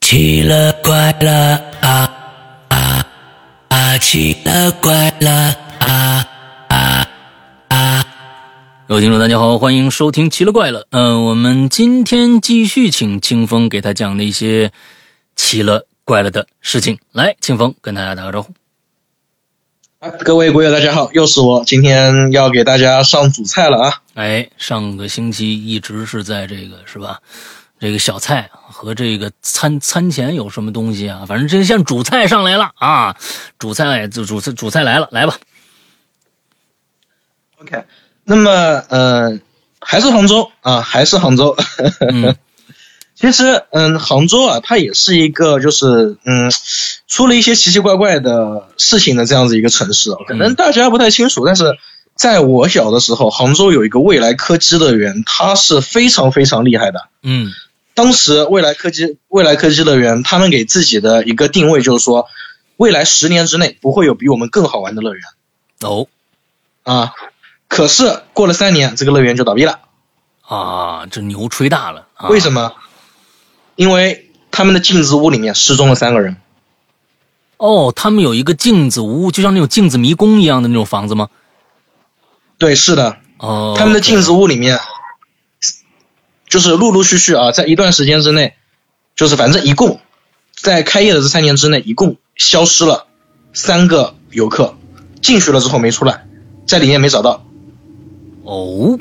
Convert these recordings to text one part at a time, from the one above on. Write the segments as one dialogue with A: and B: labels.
A: 奇了怪了啊啊啊！奇了怪了啊啊啊！
B: 各位听众，大家好，欢迎收听《奇了怪了》。嗯、我们今天继续请清风给他讲的一些奇了怪了的事情。来，清风跟大家打个招呼。
C: 啊，各位鬼友，大家好，又是我，今天要给大家上主菜了啊！
B: 哎，上个星期一直是在这个是吧？这个小菜和这个餐餐前有什么东西啊？反正这像主菜上来了啊，主菜主主菜主菜来了，来吧。
C: OK，那么呃，还是杭州啊，还是杭州。
B: 嗯
C: 其实嗯，杭州啊，它也是一个就是嗯，出了一些奇奇怪怪的事情的这样子一个城市啊，可能大家不太清楚，但是。在我小的时候，杭州有一个未来科技乐园，它是非常非常厉害的。
B: 嗯
C: 当时未来科技未来科技乐园他们给自己的一个定位就是说，未来十年之内不会有比我们更好玩的乐园
B: 哦
C: 啊。可是过了三年，这个乐园就倒闭了，
B: 啊，这牛吹大了。啊、
C: 为什？么？因为他们的镜子屋里面失踪了三个人。
B: 哦，他们有一个镜子屋，就像那种镜子迷宫一样的那种房子吗？
C: 对，是的，
B: 哦，
C: 他们的镜子屋里面，就是陆陆续续啊，在一段时间之内，就是反正一共在开业的这三年之内，一共消失了三个游客，进去了之后没出来，在里面没找到。
B: 哦，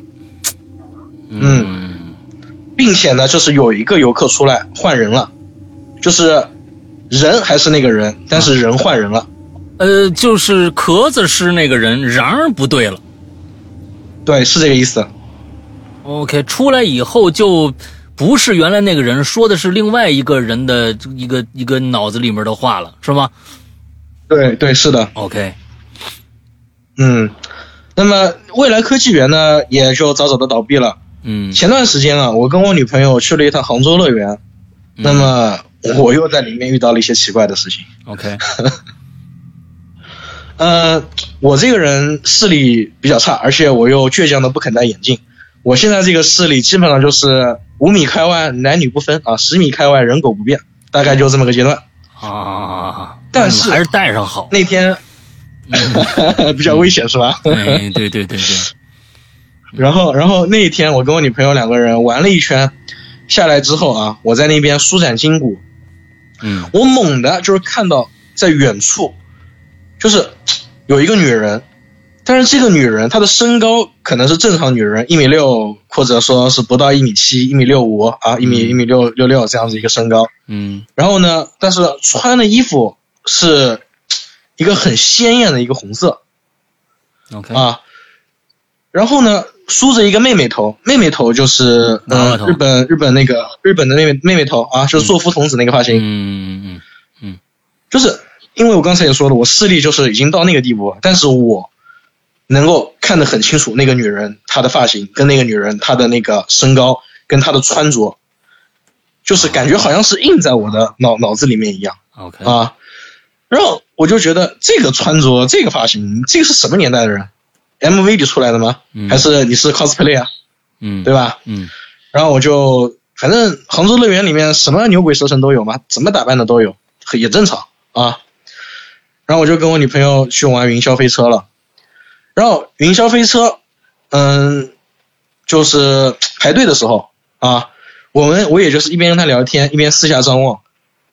C: 嗯并且呢，就是有一个游客出来换人了，就是人还是那个人，但是人换人了。
B: 呃，就是壳子是那个人，然而不对了。
C: 对，是这个意思。
B: OK，出来以后就不是原来那个人，说的是另外一个人的一个一个脑子里面的话了，是吗
C: 对对，是的。
B: ？OK，
C: 嗯，那么未来科技园呢，也就早早的倒闭了。
B: 嗯，
C: 前段时间啊，我跟我女朋友去了一趟杭州乐园，那么我又在里面遇到了一些奇怪的事情。
B: OK，
C: 呃，我这个人视力比较差，而且我又倔强的不肯戴眼镜。我现在这个视力基本上就是五米开外男女不分啊，十米开外人狗不变，大概就这么个阶段。
B: 啊，
C: 但
B: 嗯
C: 是
B: 还是嗯带上 好。
C: 那天、 比较危险是吧？
B: 哎，对对对对，
C: 然后，然后那一天我跟我女朋友两个人玩了一圈，下来之后啊，我在那边舒展筋骨，
B: 嗯
C: 我猛地就是看到在远处，就是有一个女人，但是这个女人她的身高可能是正常女人一米六，或者说是不到一米七、一米六五啊，一米一米六六六这样子一个身高。
B: 嗯
C: 然后呢，但是穿的衣服是一个很鲜艳的一个红色
B: ，OK，
C: 啊，然后呢梳着一个妹妹头，妹妹头就是
B: 娃娃
C: 呃
B: 头
C: 日本日本那个日本的妹妹妹妹头啊，就是作夫童子那个发型。
B: 嗯嗯
C: 就是因为我刚才也说了，我视力就是已经到那个地步了，但是我能够看得很清楚那个女人她的发型，跟那个女人她的那个身高，跟她的穿着，就是感觉好像是印在我的脑脑子里面一样
B: 嗯，OK，
C: 啊。然后我就觉得这个穿着、这个发型，这个是什么年代的人？MV 里出来的吗？
B: 嗯
C: 还是你是 cosplay 啊？
B: 嗯，
C: 对
B: 吧？
C: 吧？
B: 嗯
C: 然后我就反正杭州乐园里面什么牛鬼蛇神都有嘛，怎么打扮的都有，很也正常啊。然后我就跟我女朋友去玩云霄飞车了，然后云霄飞车，嗯，就是排队的时候啊，我们我也就是一边跟她聊天，一边四下张望，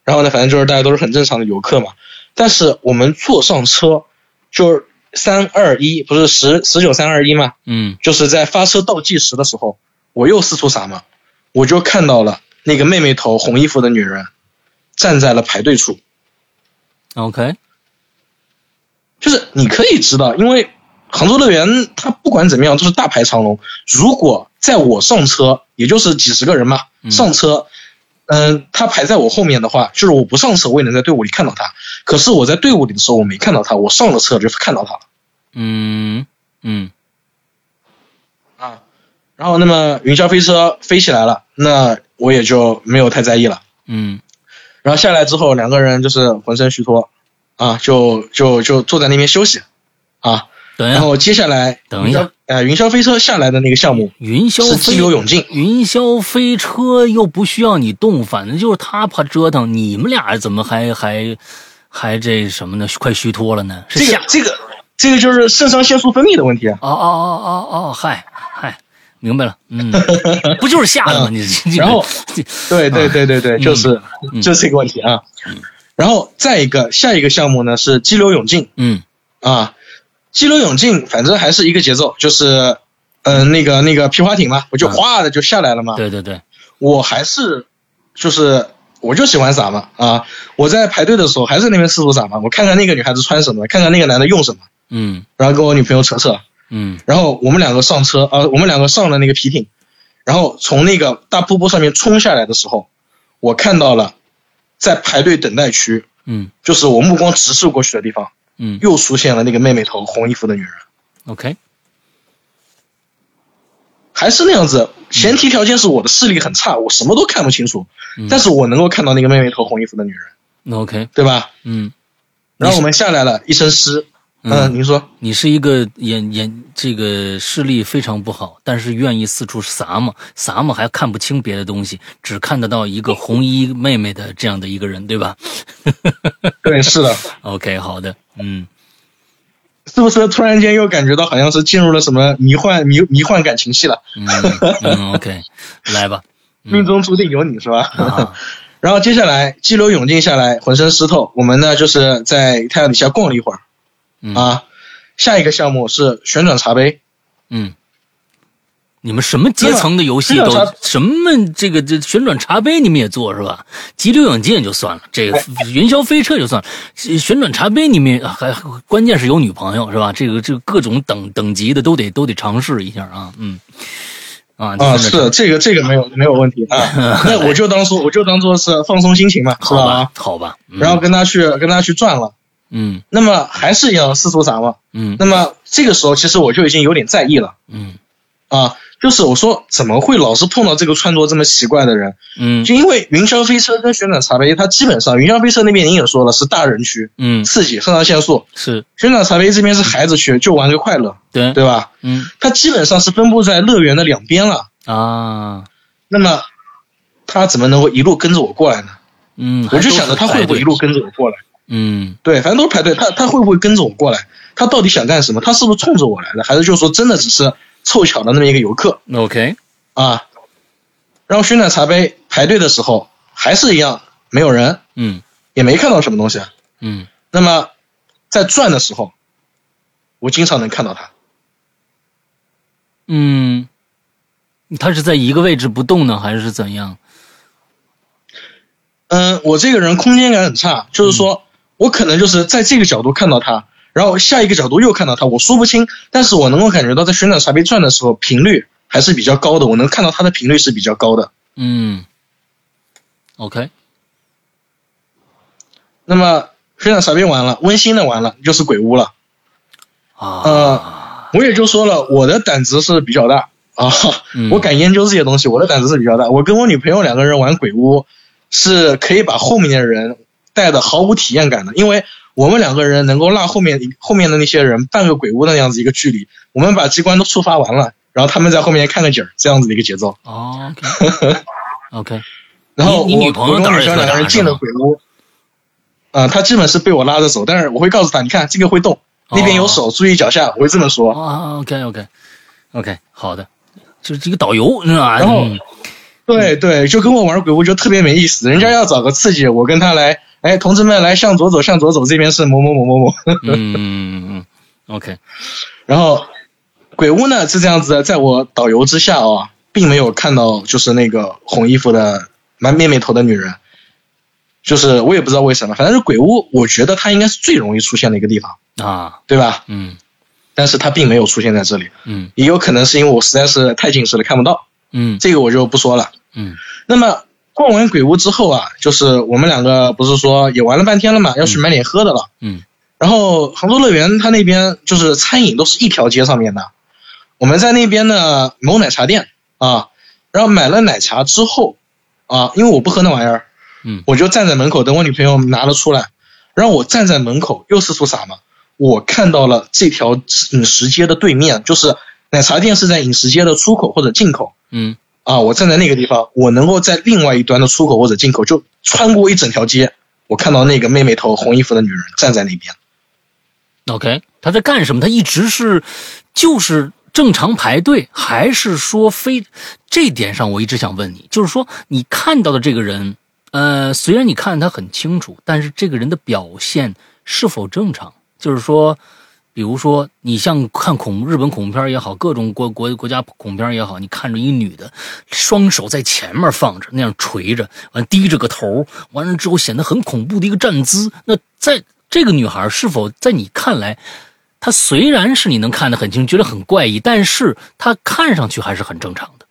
C: 然后呢，反正就是大家都是很正常的游客嘛。但是我们坐上车，就是三二一，不是十十九三二一嘛，
B: 嗯
C: 就是在发车倒计时的时候，我又四处撒嘛，我就看到了那个妹妹头红衣服的女人站在了排队处。
B: ，OK，
C: 就是你可以知道，因为杭州乐园它不管怎么样都是大排长龙。如果在我上车，也就是几十个人嘛，上车，嗯、他排在我后面的话，就是我不上车，我也能在队伍里看到他。可是我在队伍里的时候，我没看到他，我上了车就看到他了。
B: 嗯嗯
C: 啊，然后那么云霄飞车飞起来了，那我也就没有太在意了。
B: 嗯
C: 然后下来之后，两个人就是浑身虚脱，啊，就就就坐在那边休息，啊，
B: 等一下，
C: 然后接下来，
B: 哎等一下，
C: 呃，云霄飞车下来的那个项目
B: 云霄
C: 是激流
B: 飞
C: 勇进，
B: 云霄飞车又不需要你动，反正就是他怕折腾，你们俩怎么还还还这什么呢？快虚脱了呢？是
C: 这
B: 下
C: 个这个这个就是肾上腺素分泌的问题 啊。
B: 哦哦哦哦哦，嗨嗨，明白了，嗯，不就是下的吗？ 你你
C: 嗯 然后
B: 你
C: 对对对对对，
B: 嗯
C: 就是
B: 嗯
C: 就是这个问题啊。然后再一个下一个项目呢是激流勇进
B: 嗯
C: 啊，激流勇进反正还是一个节奏，就是呃那个那个皮划艇嘛，我就
B: 嗯
C: 哗的就下来了嘛。
B: 对对对，
C: 我还是就是我就喜欢傻嘛啊！我在排队的时候还是那边四处傻嘛，我看看那个女孩子穿什么，看看那个男的用什么，
B: 嗯
C: 然后跟我女朋友扯扯，
B: 嗯
C: 然后我们两个上车，呃，我们两个上了那个皮艇，然后从那个大瀑布上面冲下来的时候，我看到了在排队等待区，
B: 嗯
C: 就是我目光直视过去的地方，
B: 嗯
C: 又出现了那个妹妹头红衣服的女人，
B: ，OK，
C: 还是那样子。前提条件是我的视力很差，我什么都看不清楚，
B: 嗯
C: 但是我能够看到那个妹妹头红衣服的女人，
B: 那 OK，
C: 对吧？
B: 嗯
C: 然后我们下来了，一身湿。嗯，
B: 嗯，
C: 您说，
B: 你是一个眼眼这个视力非常不好，但是愿意四处撒嘛撒嘛，还看不清别的东西，只看得到一个红衣妹妹的这样的一个人，对吧
C: 对，是的，
B: ？OK，好的，嗯，
C: 是不是突然间又感觉到好像是进入了什么迷幻迷迷幻感情戏了？
B: 嗯嗯 ，OK，来吧，嗯
C: 命中注定有你是吧？
B: 啊，
C: 然后接下来激流勇进下来，浑身湿透，我们呢就是在太阳底下逛了一会儿
B: 嗯
C: 啊。下一个项目是旋转茶杯，
B: 嗯，你们什么阶
C: 啊
B: 层的游戏都
C: 这个这个
B: 什么这个这旋转茶杯你们也做是吧？急流勇进也就算了，这
C: 哎
B: 个云霄飞车就算了，旋转茶杯你们也还关键是有女朋友是吧？这个这个各种等等级的都得都得尝试一下啊，嗯，啊
C: 啊，
B: 就这么
C: 是
B: 着
C: 这个这个没有没有问题啊。 那我就当说我就当做是放松心情嘛，是
B: 好吧
C: 吧？
B: 好吧，嗯
C: 然后跟他去跟他去转了，
B: 嗯
C: 那么还是一样四处撒嘛。
B: 嗯
C: 那么这个时候其实我就已经有点在意了。
B: 嗯
C: 啊，就是我说怎么会老是碰到这个穿着这么奇怪的人？
B: 嗯
C: 就因为云霄飞车跟旋转茶杯，它基本上云霄飞车那边您也说了是大人区，
B: 嗯
C: 刺激肾上腺素；
B: 是
C: 旋转茶杯这边是孩子区，就玩个快乐，
B: 对
C: 对吧？
B: 嗯
C: 它基本上是分布在乐园的两边了。
B: 啊
C: 那么，他怎么能够一路跟着我过来呢？
B: 嗯，还
C: 我
B: 都
C: 就是想着他会不会一路跟着我过来？
B: 嗯
C: 对，反正都是排队，他他会不会跟着我过来？他到底想干什么？他是不是冲着我来的？还是就说真的只是凑巧的那么一个游客？
B: OK
C: 啊，然后旋转茶杯排队的时候还是一样，没有人，
B: 嗯
C: 也没看到什么东西。啊
B: 嗯
C: 那么在转的时候，我经常能看到他，
B: 嗯，他是在一个位置不动呢，还是怎样？
C: 嗯，我这个人空间感很差，就是说我可能就是在这个角度看到他，然后下一个角度又看到他，我说不清，但是我能够感觉到在旋转茶杯转的时候频率还是比较高的，我能看到他的频率是比较高的。
B: 嗯，OK，
C: 那么旋转茶杯完了，温馨的完了，就是鬼屋了。
B: 啊，
C: 呃我也就说了，我的胆子是比较大啊，
B: 嗯
C: 我敢研究这些东西，我的胆子是比较大。啊我跟我女朋友两个人玩鬼屋，是可以把后面的人带的毫无体验感的，因为我们两个人能够拉后面后面的那些人半个鬼屋的那样子一个距离，我们把机关都触发完了，然后他们在后面看个景儿，这样子的一个节奏。
B: 哦，OK，OK，、
C: 然后我
B: 你你女朋友
C: 我跟我
B: 胆儿
C: 女
B: 也
C: 朋友
B: 特大
C: 两个人进了
B: 是吗
C: 鬼屋，啊、她基本是被我拉着走，但是我会告诉她，你看这个会动，那
B: 哦
C: 边有手，注意脚下，我会这么说。
B: 啊，OK，OK，OK，、好的，就是一个导游，嗯啊，
C: 然后
B: 嗯
C: 对对，就跟我玩鬼屋就特别没意思，人家要找个刺激，我跟他来，哎，同志们来向左走，向左走，这边是某某某某某。
B: 嗯嗯嗯，OK，
C: 然后鬼屋呢是这样子的，在我导游之下啊、并没有看到就是那个红衣服的满面妹头的女人，就是我也不知道为什么，反正是鬼屋，我觉得它应该是最容易出现的一个地方，
B: 啊，
C: 对吧？
B: 嗯
C: 但是它并没有出现在这里，
B: 嗯
C: 也有可能是因为我实在是太近视了看不到，
B: 嗯
C: 这个我就不说了。
B: 嗯
C: 那么逛完鬼屋之后啊，就是我们两个不是说也玩了半天了嘛，要去买点喝的了。
B: 嗯
C: 然后杭州乐园它那边就是餐饮都是一条街上面的，我们在那边呢某奶茶店啊，然后买了奶茶之后啊，因为我不喝那玩意儿，
B: 嗯
C: 我就站在门口等我女朋友拿了出来，然后我站在门口又四处撒嘛。我看到了这条饮食街的对面，就是奶茶店是在饮食街的出口或者进口
B: 嗯
C: 啊，我站在那个地方，我能够在另外一端的出口或者进口就穿过一整条街，我看到那个妹妹头红衣服的女人站在那边。
B: ，OK，他在干什么？他一直是就是正常排队，还是说非这点上我一直想问你，就是说你看到的这个人，呃，虽然你看他很清楚，但是这个人的表现是否正常？就是说，比如说你像看恐日本恐怖片也好，各种国国国家恐怖片也好，你看着一女的双手在前面放着，那样垂着，完低着个头，完了之后显得很恐怖的一个站姿。那在这个女孩是否在你看来，她虽然是你能看得很清，觉得很怪异，但是她看上去还是很正常的。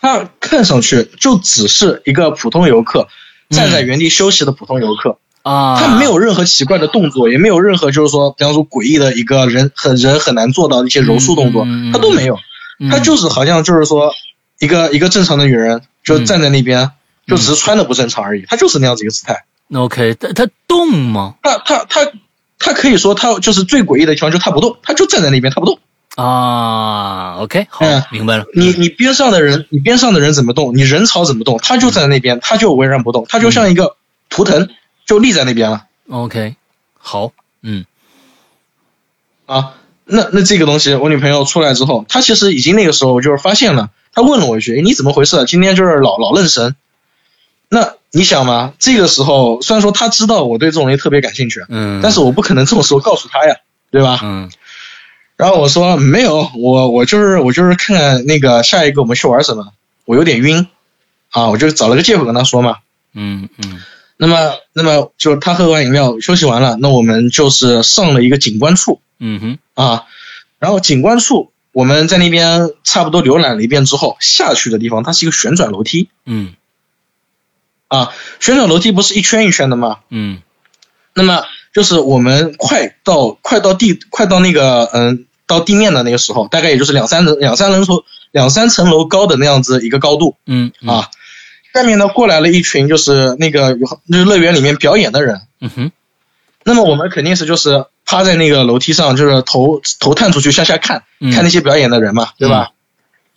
C: 她看上去就只是一个普通游客，站在原地休息的普通游客，
B: 嗯啊，
C: 他没有任何奇怪的动作，也没有任何就是说，比方说诡异的一个人很人很难做到的一些柔术动作
B: 嗯嗯嗯，
C: 他都没有，
B: 嗯，
C: 他就是好像就是说一个一个正常的女人就站在那
B: 嗯
C: 边，就只是穿的不正常而已，他就是那样子一个姿态。
B: OK，他他动吗？
C: 他他他他可以说他就是最诡异的地方，就是他不动，他就站在那边，他不动。
B: 啊，OK，好，
C: 嗯
B: 明白了。
C: 你你边上的人，你边上的人怎么动，你人潮怎么动，他就站在那边，他就巍然不动，他就像一个图腾就立在那边了。
B: OK，好，嗯
C: 啊，那那这个东西，我女朋友出来之后，她其实已经那个时候就是发现了，她问了我一句：“诶你怎么回事？啊今天就是老老愣神。”那你想嘛，这个时候虽然说她知道我对这种东西特别感兴趣，
B: 嗯，
C: 但是我不可能这种时候告诉她呀，对吧？
B: 嗯
C: 然后我说没有，我我就是我就是看看那个下一个我们去玩什么，我有点晕，啊，我就找了个借口跟她说嘛。
B: 嗯嗯
C: 那么那么就她喝完饮料休息完了，那我们就是上了一个景观处，
B: 嗯哼，
C: 啊，然后景观处我们在那边差不多浏览了一遍之后，下去的地方它是一个旋转楼梯
B: 嗯
C: 啊，旋转楼梯不是一圈一圈的吗？
B: 嗯
C: 那么就是我们快到快到地快到那个嗯到地面的那个时候，大概也就是两三层两三层楼两三层楼高的那样子一个高度
B: 嗯嗯，
C: 啊，下面呢过来了一群就是那个有就是乐园里面表演的人，
B: 嗯哼，
C: 那么我们肯定是就是趴在那个楼梯上，就是头头探出去向下看，
B: 嗯
C: 看那些表演的人嘛，对吧？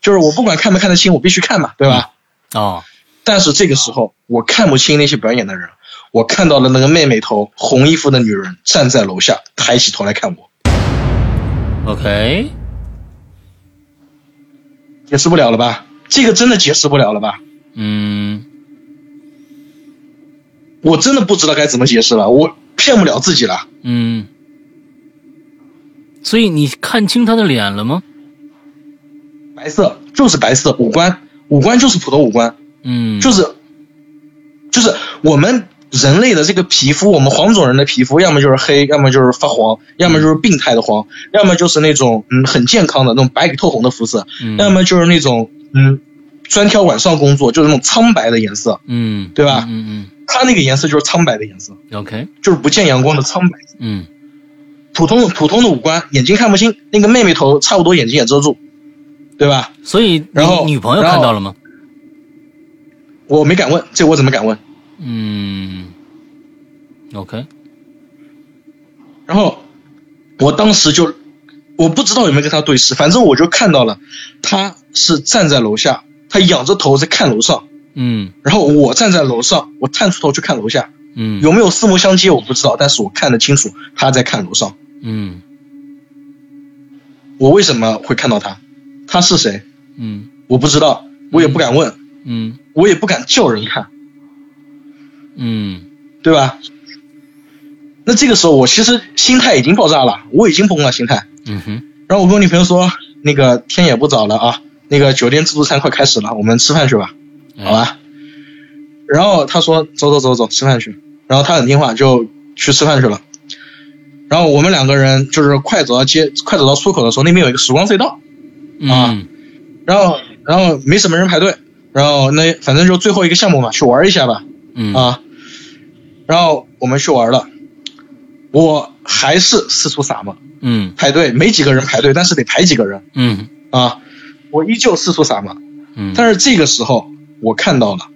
C: 就是我不管看没看得清，我必须看嘛，对吧？
B: 哦，
C: 但是这个时候我看不清那些表演的人，我看到了那个妹妹头红衣服的女人站在楼下，抬起头来看我，
B: OK，
C: 解释不了了吧？这个真的解释不了了吧？
B: 嗯
C: 我真的不知道该怎么解释了，我骗不了自己了。
B: 嗯，所以你看清他的脸了吗？
C: 白色就是白色，五官五官就是普通五官，
B: 嗯，
C: 就是就是我们人类的这个皮肤，我们黄种人的皮肤，要么就是黑，要么就是发黄，要么就是病态的黄，要么就是那种嗯很健康的那种白里透红的肤色，
B: 嗯
C: 要么就是那种嗯专挑晚上工作，就是那种苍白的颜色。
B: 嗯，
C: 对吧
B: 嗯嗯
C: 它那个颜色就是苍白的颜色，
B: 嗯，OK，
C: 就是不见阳光的苍白。
B: 嗯
C: 普通普通的五官，眼睛看不清，那个妹妹头差不多眼睛也遮住，对吧？，
B: 所以你
C: 然后
B: 女朋友
C: 然后
B: 看到了吗？
C: 我没敢问，这我怎么敢问？
B: 嗯，OK，
C: 然后我当时就我不知道有没有跟他对视，反正我就看到了他是站在楼下，他仰着头在看楼上，
B: 嗯
C: 然后我站在楼上，我探出头去看楼下，
B: 嗯
C: 有没有四目相接我不知道，但是我看得清楚他在看楼上。
B: 嗯
C: 我为什么会看到他？他是谁？
B: 嗯
C: 我不知道，我也不敢问，
B: 嗯
C: 我也不敢叫人看，
B: 嗯
C: 对吧？那这个时候我其实心态已经爆炸了，我已经崩了心态。
B: 嗯哼，
C: 然后我跟我女朋友说，那个天也不早了啊，那个酒店自助餐快开始了，我们吃饭去吧，
B: 哎
C: 好，吧？然后她说走走走走，吃饭去。然后她很听话，就去吃饭去了。然后我们两个人就是快走到街，快走到出口的时候，那边有一个时光隧道，啊
B: 嗯
C: 然后然后没什么人排队，然后那反正就最后一个项目嘛，去玩一下吧
B: 嗯
C: 啊。然后我们去玩了，我还是四处撒嘛，
B: 嗯
C: 排队没几个人排队，但是得排几个人。
B: 嗯
C: 啊，我依旧四处撒嘛。
B: 嗯，
C: 但是这个时候，我看到了，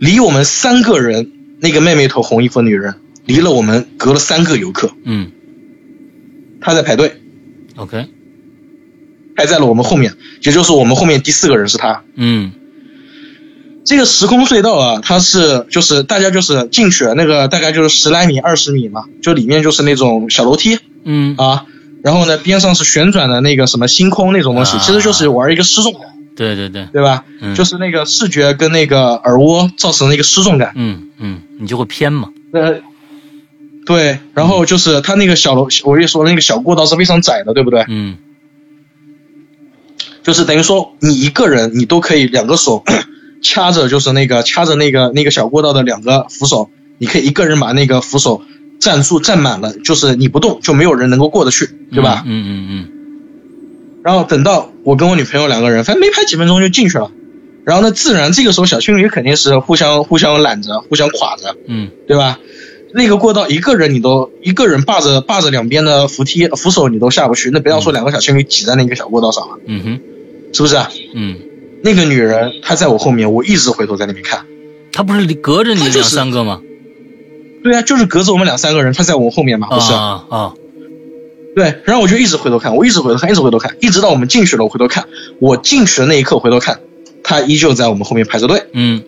C: 离我们三个人那个妹妹头红衣服的女人离了我们隔了三个游客，
B: 嗯
C: 他在排队，
B: ，OK，
C: 排在了我们后面，也就是我们后面第四个人是他。
B: 嗯
C: 这个时空隧道啊，它是就是大家就是进去那个大概就是十来米、二十米嘛，就里面就是那种小楼梯
B: 嗯，
C: 啊，然后呢边上是旋转的那个什么星空那种东西，
B: 啊
C: 其实就是玩一个失重感，
B: 对对对，
C: 对吧？
B: 嗯
C: 就是那个视觉跟那个耳蜗造成的一个失重感。
B: 嗯嗯，你就会偏嘛，
C: 呃，对，然后就是它那个小楼，我也说了那个小过道是非常窄的，对不对？
B: 嗯
C: 就是等于说你一个人，你都可以两个手掐着，就是那个掐着那个那个小过道的两个扶手，你可以一个人把那个扶手站住站满了，就是你不动就没有人能够过得去，对吧？
B: 嗯嗯
C: 然后等到我跟我女朋友两个人，反正没排几分钟就进去了。然后呢，自然这个时候小情侣肯定是互相互相揽着，互相垮着，
B: 嗯嗯
C: 对吧？那个过道一个人你都一个人霸着霸着两边的扶梯扶手你都下不去，那不要说两个小情侣挤在那个小过道上了，
B: 嗯哼
C: 是不是啊？
B: 嗯，
C: 那个女人她在我后面，我一直回头在那边看。
B: 他不是离隔着你
C: 他就
B: 两
C: 是
B: 三个吗？
C: 对啊，就是隔着我们两三个人，她在我后面嘛，不是？
B: 啊啊，
C: 对，然后我就一直回头看，我一直回头看，一直回头看，一直到我们进去了，我回头看，我进去的那一刻回头看，她依旧在我们后面排着队
B: 嗯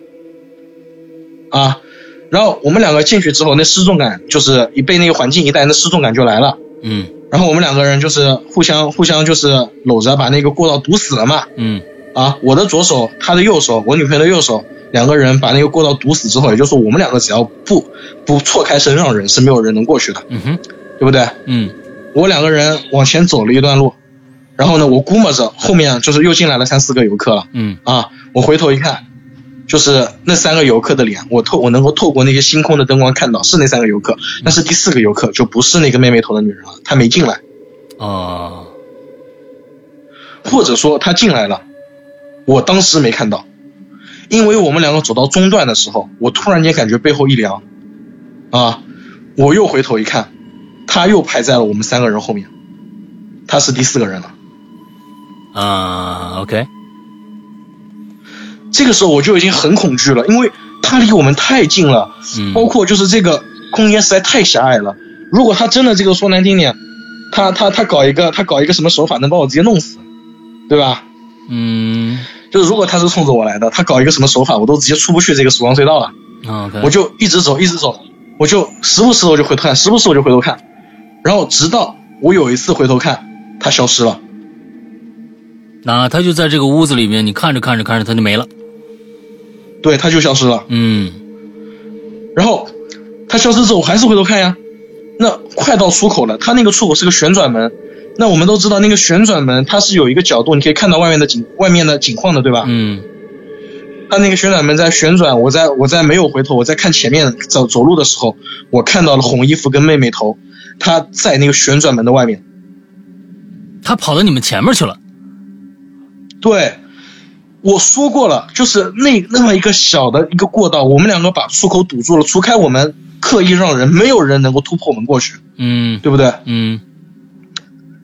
C: 啊。然后我们两个进去之后，那失重感就是一被那个环境一带，那失重感就来了。
B: 嗯
C: 然后我们两个人就是互相互相就是搂着把那个过道堵死了嘛，
B: 嗯
C: 啊，我的左手，他的右手，我女朋友的右手，两个人把那个过道堵死之后，也就是我们两个只要不不错开身上人是没有人能过去的，
B: 嗯哼
C: 对不对？
B: 嗯
C: 我两个人往前走了一段路，然后呢，我估摸着后面就是又进来了三四个游客了
B: 嗯
C: 啊，我回头一看，就是那三个游客的脸，我透我能够透过那些星空的灯光看到是那三个游客，但是第四个游客就不是那个妹妹头的女人了，她没进来。
B: 啊，
C: 或者说他进来了，我当时没看到，因为我们两个走到中段的时候，我突然间感觉背后一凉，啊，我又回头一看，他又排在了我们三个人后面，他是第四个人了。
B: 啊，OK，
C: 这个时候我就已经很恐惧了，因为他离我们太近了，
B: 嗯，
C: 包括就是这个空间实在太狭隘了。如果他真的这个说难听点，他他他搞一个他搞一个什么手法能把我直接弄死，对吧？
B: 嗯
C: 就是如果他是冲着我来的，他搞一个什么手法，我都直接出不去这个时光隧道了。
B: ，OK，
C: 我就一直走，一直走，我就时不时地我就回头看，时不时我就回头看，然后直到我有一次回头看，他消失了。
B: 那他就在这个屋子里面，你看着看着看着他就没了，
C: 对，他就消失了。
B: 嗯
C: 然后他消失之后，我还是回头看呀。那快到出口了，他那个出口是个旋转门。那我们都知道，那个旋转门它是有一个角度，你可以看到外面的景，外面的景况的，对吧？
B: 嗯
C: 他那个旋转门在旋转，我在我在没有回头，我在看前面走走路的时候，我看到了红衣服跟妹妹头，他在那个旋转门的外面。
B: 他跑到你们前面去了，
C: 对，我说过了，就是那那么一个小的一个过道，我们两个把出口堵住了，除开我们刻意让人，没有人能够突破我们过去，
B: 嗯
C: 对不对？
B: 嗯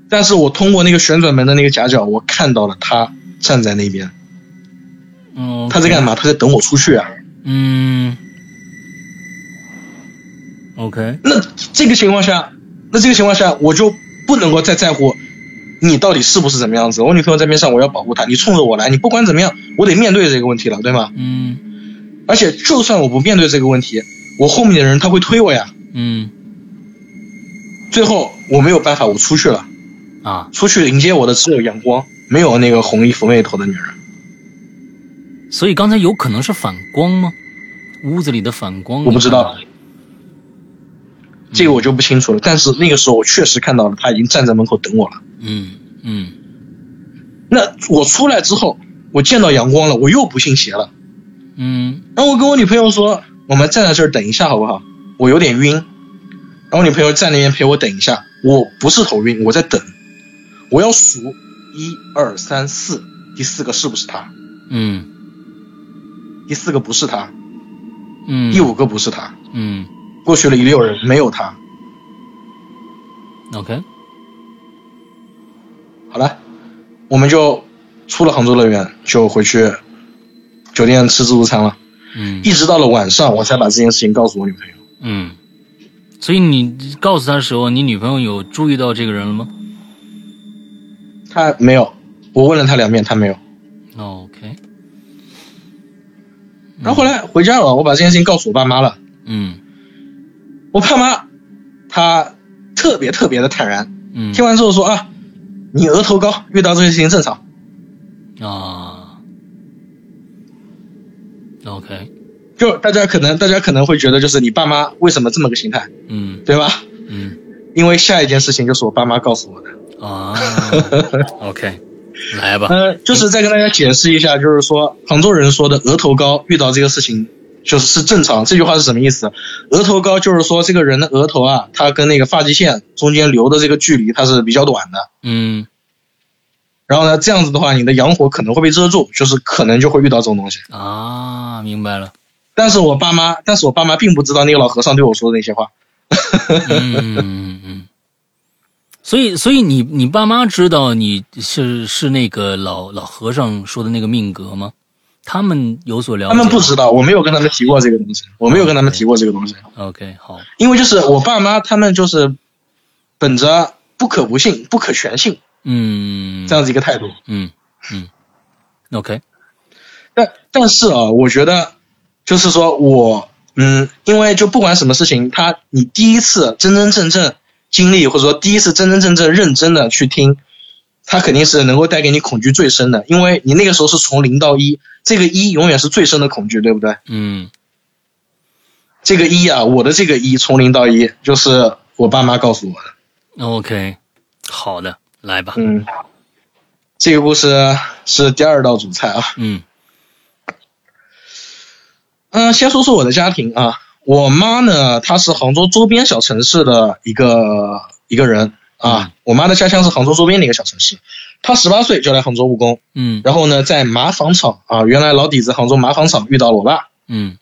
C: 但是我通过那个旋转门的那个夹角，我看到了他站在那边，
B: 嗯，
C: 他在干嘛？他在等我出去啊。
B: 嗯，OK，
C: 那这个情况下，那这个情况下，我就不能够再在乎。你到底是不是怎么样子？我女朋友在边上，我要保护她。你冲着我来，你不管怎么样，我得面对这个问题了，对吗？
B: 嗯
C: 而且就算我不面对这个问题，我后面的人他会推我呀。
B: 嗯
C: 最后我没有办法，我出去了。
B: 啊，
C: 出去迎接我的只有阳光，没有那个红衣服妹头的女人。
B: 所以刚才有可能是反光吗？屋子里的反光，
C: 我不知道，这个我就不清楚了。但是那个时候我确实看到了，她已经站在门口等我了。
B: 嗯嗯
C: 那我出来之后，我见到阳光了，我又不信邪了。
B: 嗯
C: 然后我跟我女朋友说，我们站在这儿等一下好不好？我有点晕。然后我女朋友在那边陪我等一下，我不是头晕，我在等。我要数一二三四，第四个是不是她？
B: 嗯
C: 第四个不是她，
B: 嗯，
C: 第五个不是她。
B: 嗯
C: 过去了一溜人，没有他。
B: ，OK，
C: 好了，我们就出了杭州乐园，就回去酒店吃自助餐了。
B: 嗯
C: 一直到了晚上，我才把这件事情告诉我女朋友。
B: 嗯所以你告诉他的时候，你女朋友有注意到这个人了吗
C: 他没有，我问了他两遍，他没有。
B: ？OK，
C: 然后后来回家了，我把这件事情告诉我爸妈了，
B: 嗯
C: 我爸妈他特别特别的坦然，
B: 嗯
C: 听完之后说啊，你额头高，遇到这些事情正常。
B: 啊，OK，
C: 就大家可能大家可能会觉得，就是你爸妈为什么这么个心态，
B: 嗯
C: 对吧？
B: 嗯
C: 因为下一件事情就是我爸妈告诉我的。
B: 啊，OK，来吧，
C: 呃，就是再跟大家解释一下，就是说杭州人说的额头高，遇到这个事情就是是正常。这句话是什么意思？额头高就是说这个人的额头啊，它跟那个发际线中间留的这个距离它是比较短的。
B: 嗯
C: 然后呢，这样子的话，你的阳火可能会被遮住，就是可能就会遇到这种东西。
B: 啊，明白了，
C: 但是我爸妈，但是我爸妈并不知道那个老和尚对我说的那些话。
B: 嗯嗯嗯嗯，所以所以你你爸妈知道你是是那个老老和尚说的那个命格吗？他们有所了解
C: 他
B: 吗，
C: 们不知道，我没有跟他们提过这个东西，我没有跟他们提过这个东西，
B: OK，好，
C: 因为就是我爸妈他们就是本着不可不信、不可全信
B: 嗯，
C: 这样子一个态度。
B: 嗯嗯，OK，
C: 但但是啊，我觉得就是说我嗯，因为就不管什么事情，他你第一次真真正正经历，或者说第一次真真正正认真的去听，他肯定是能够带给你恐惧最深的，因为你那个时候是从零到一，这个一永远是最深的恐惧，对不对？
B: 嗯
C: 这个一啊，我的这个一从零到一，就是我爸妈告诉我的。
B: 嗯，OK，好的，来吧，
C: 嗯，这个故事是第二道主菜啊。
B: 嗯
C: 嗯、先说说我的家庭啊，我妈呢，她是杭州周边小城市的一个一个人啊。我妈的家乡是杭州周边的一个小城市，她十八岁就来杭州务工，
B: 嗯
C: 然后呢，在麻纺厂啊，原来老底子杭州麻纺厂遇到了我爸
B: 嗯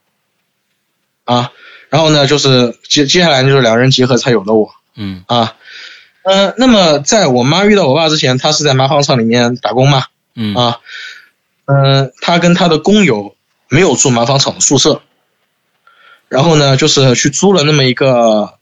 C: 啊，然后呢，就是接接下来就是两人结合才有了我。
B: 嗯
C: 啊，呃，那么在我妈遇到我爸之前，她是在麻纺厂里面打工嘛，
B: 嗯
C: 啊，嗯、她跟她的工友没有住麻纺厂的宿舍，然后呢，就是去租了那么一个，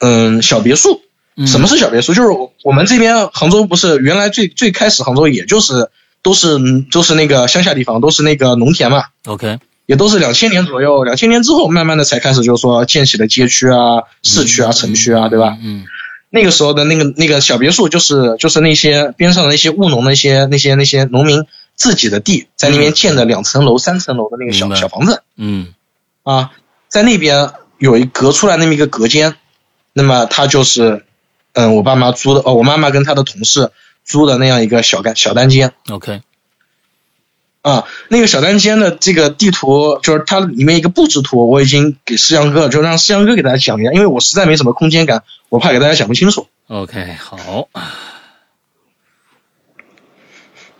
C: 嗯，小别墅。
B: 嗯，
C: 什么是小别墅？就是我我们这边杭州不是原来最最开始杭州也就是都是都是那个乡下地方，都是那个农田嘛，
B: ？OK，
C: 也都是两千年左右，两千年之后慢慢的才开始就是说建起了街区啊、市区啊、城区啊，对吧？
B: 嗯
C: 那个时候的那个那个小别墅，就是就是那些边上的那些务农的那些那些那些农民自己的地，在那边建的两层楼、三层楼的那个小
B: 明白
C: 小房子
B: 嗯
C: 啊，在那边有一隔出来那么一个隔间，那么他就是，嗯，我爸妈租的哦，我妈妈跟她的同事租的那样一个小单小单间
B: 嗯，OK，
C: 啊，那个小单间的这个地图就是它里面一个布置图，我已经给世阳哥，就让世阳哥给大家讲一下，因为我实在没什么空间感，我怕给大家讲不清楚。
B: OK，好。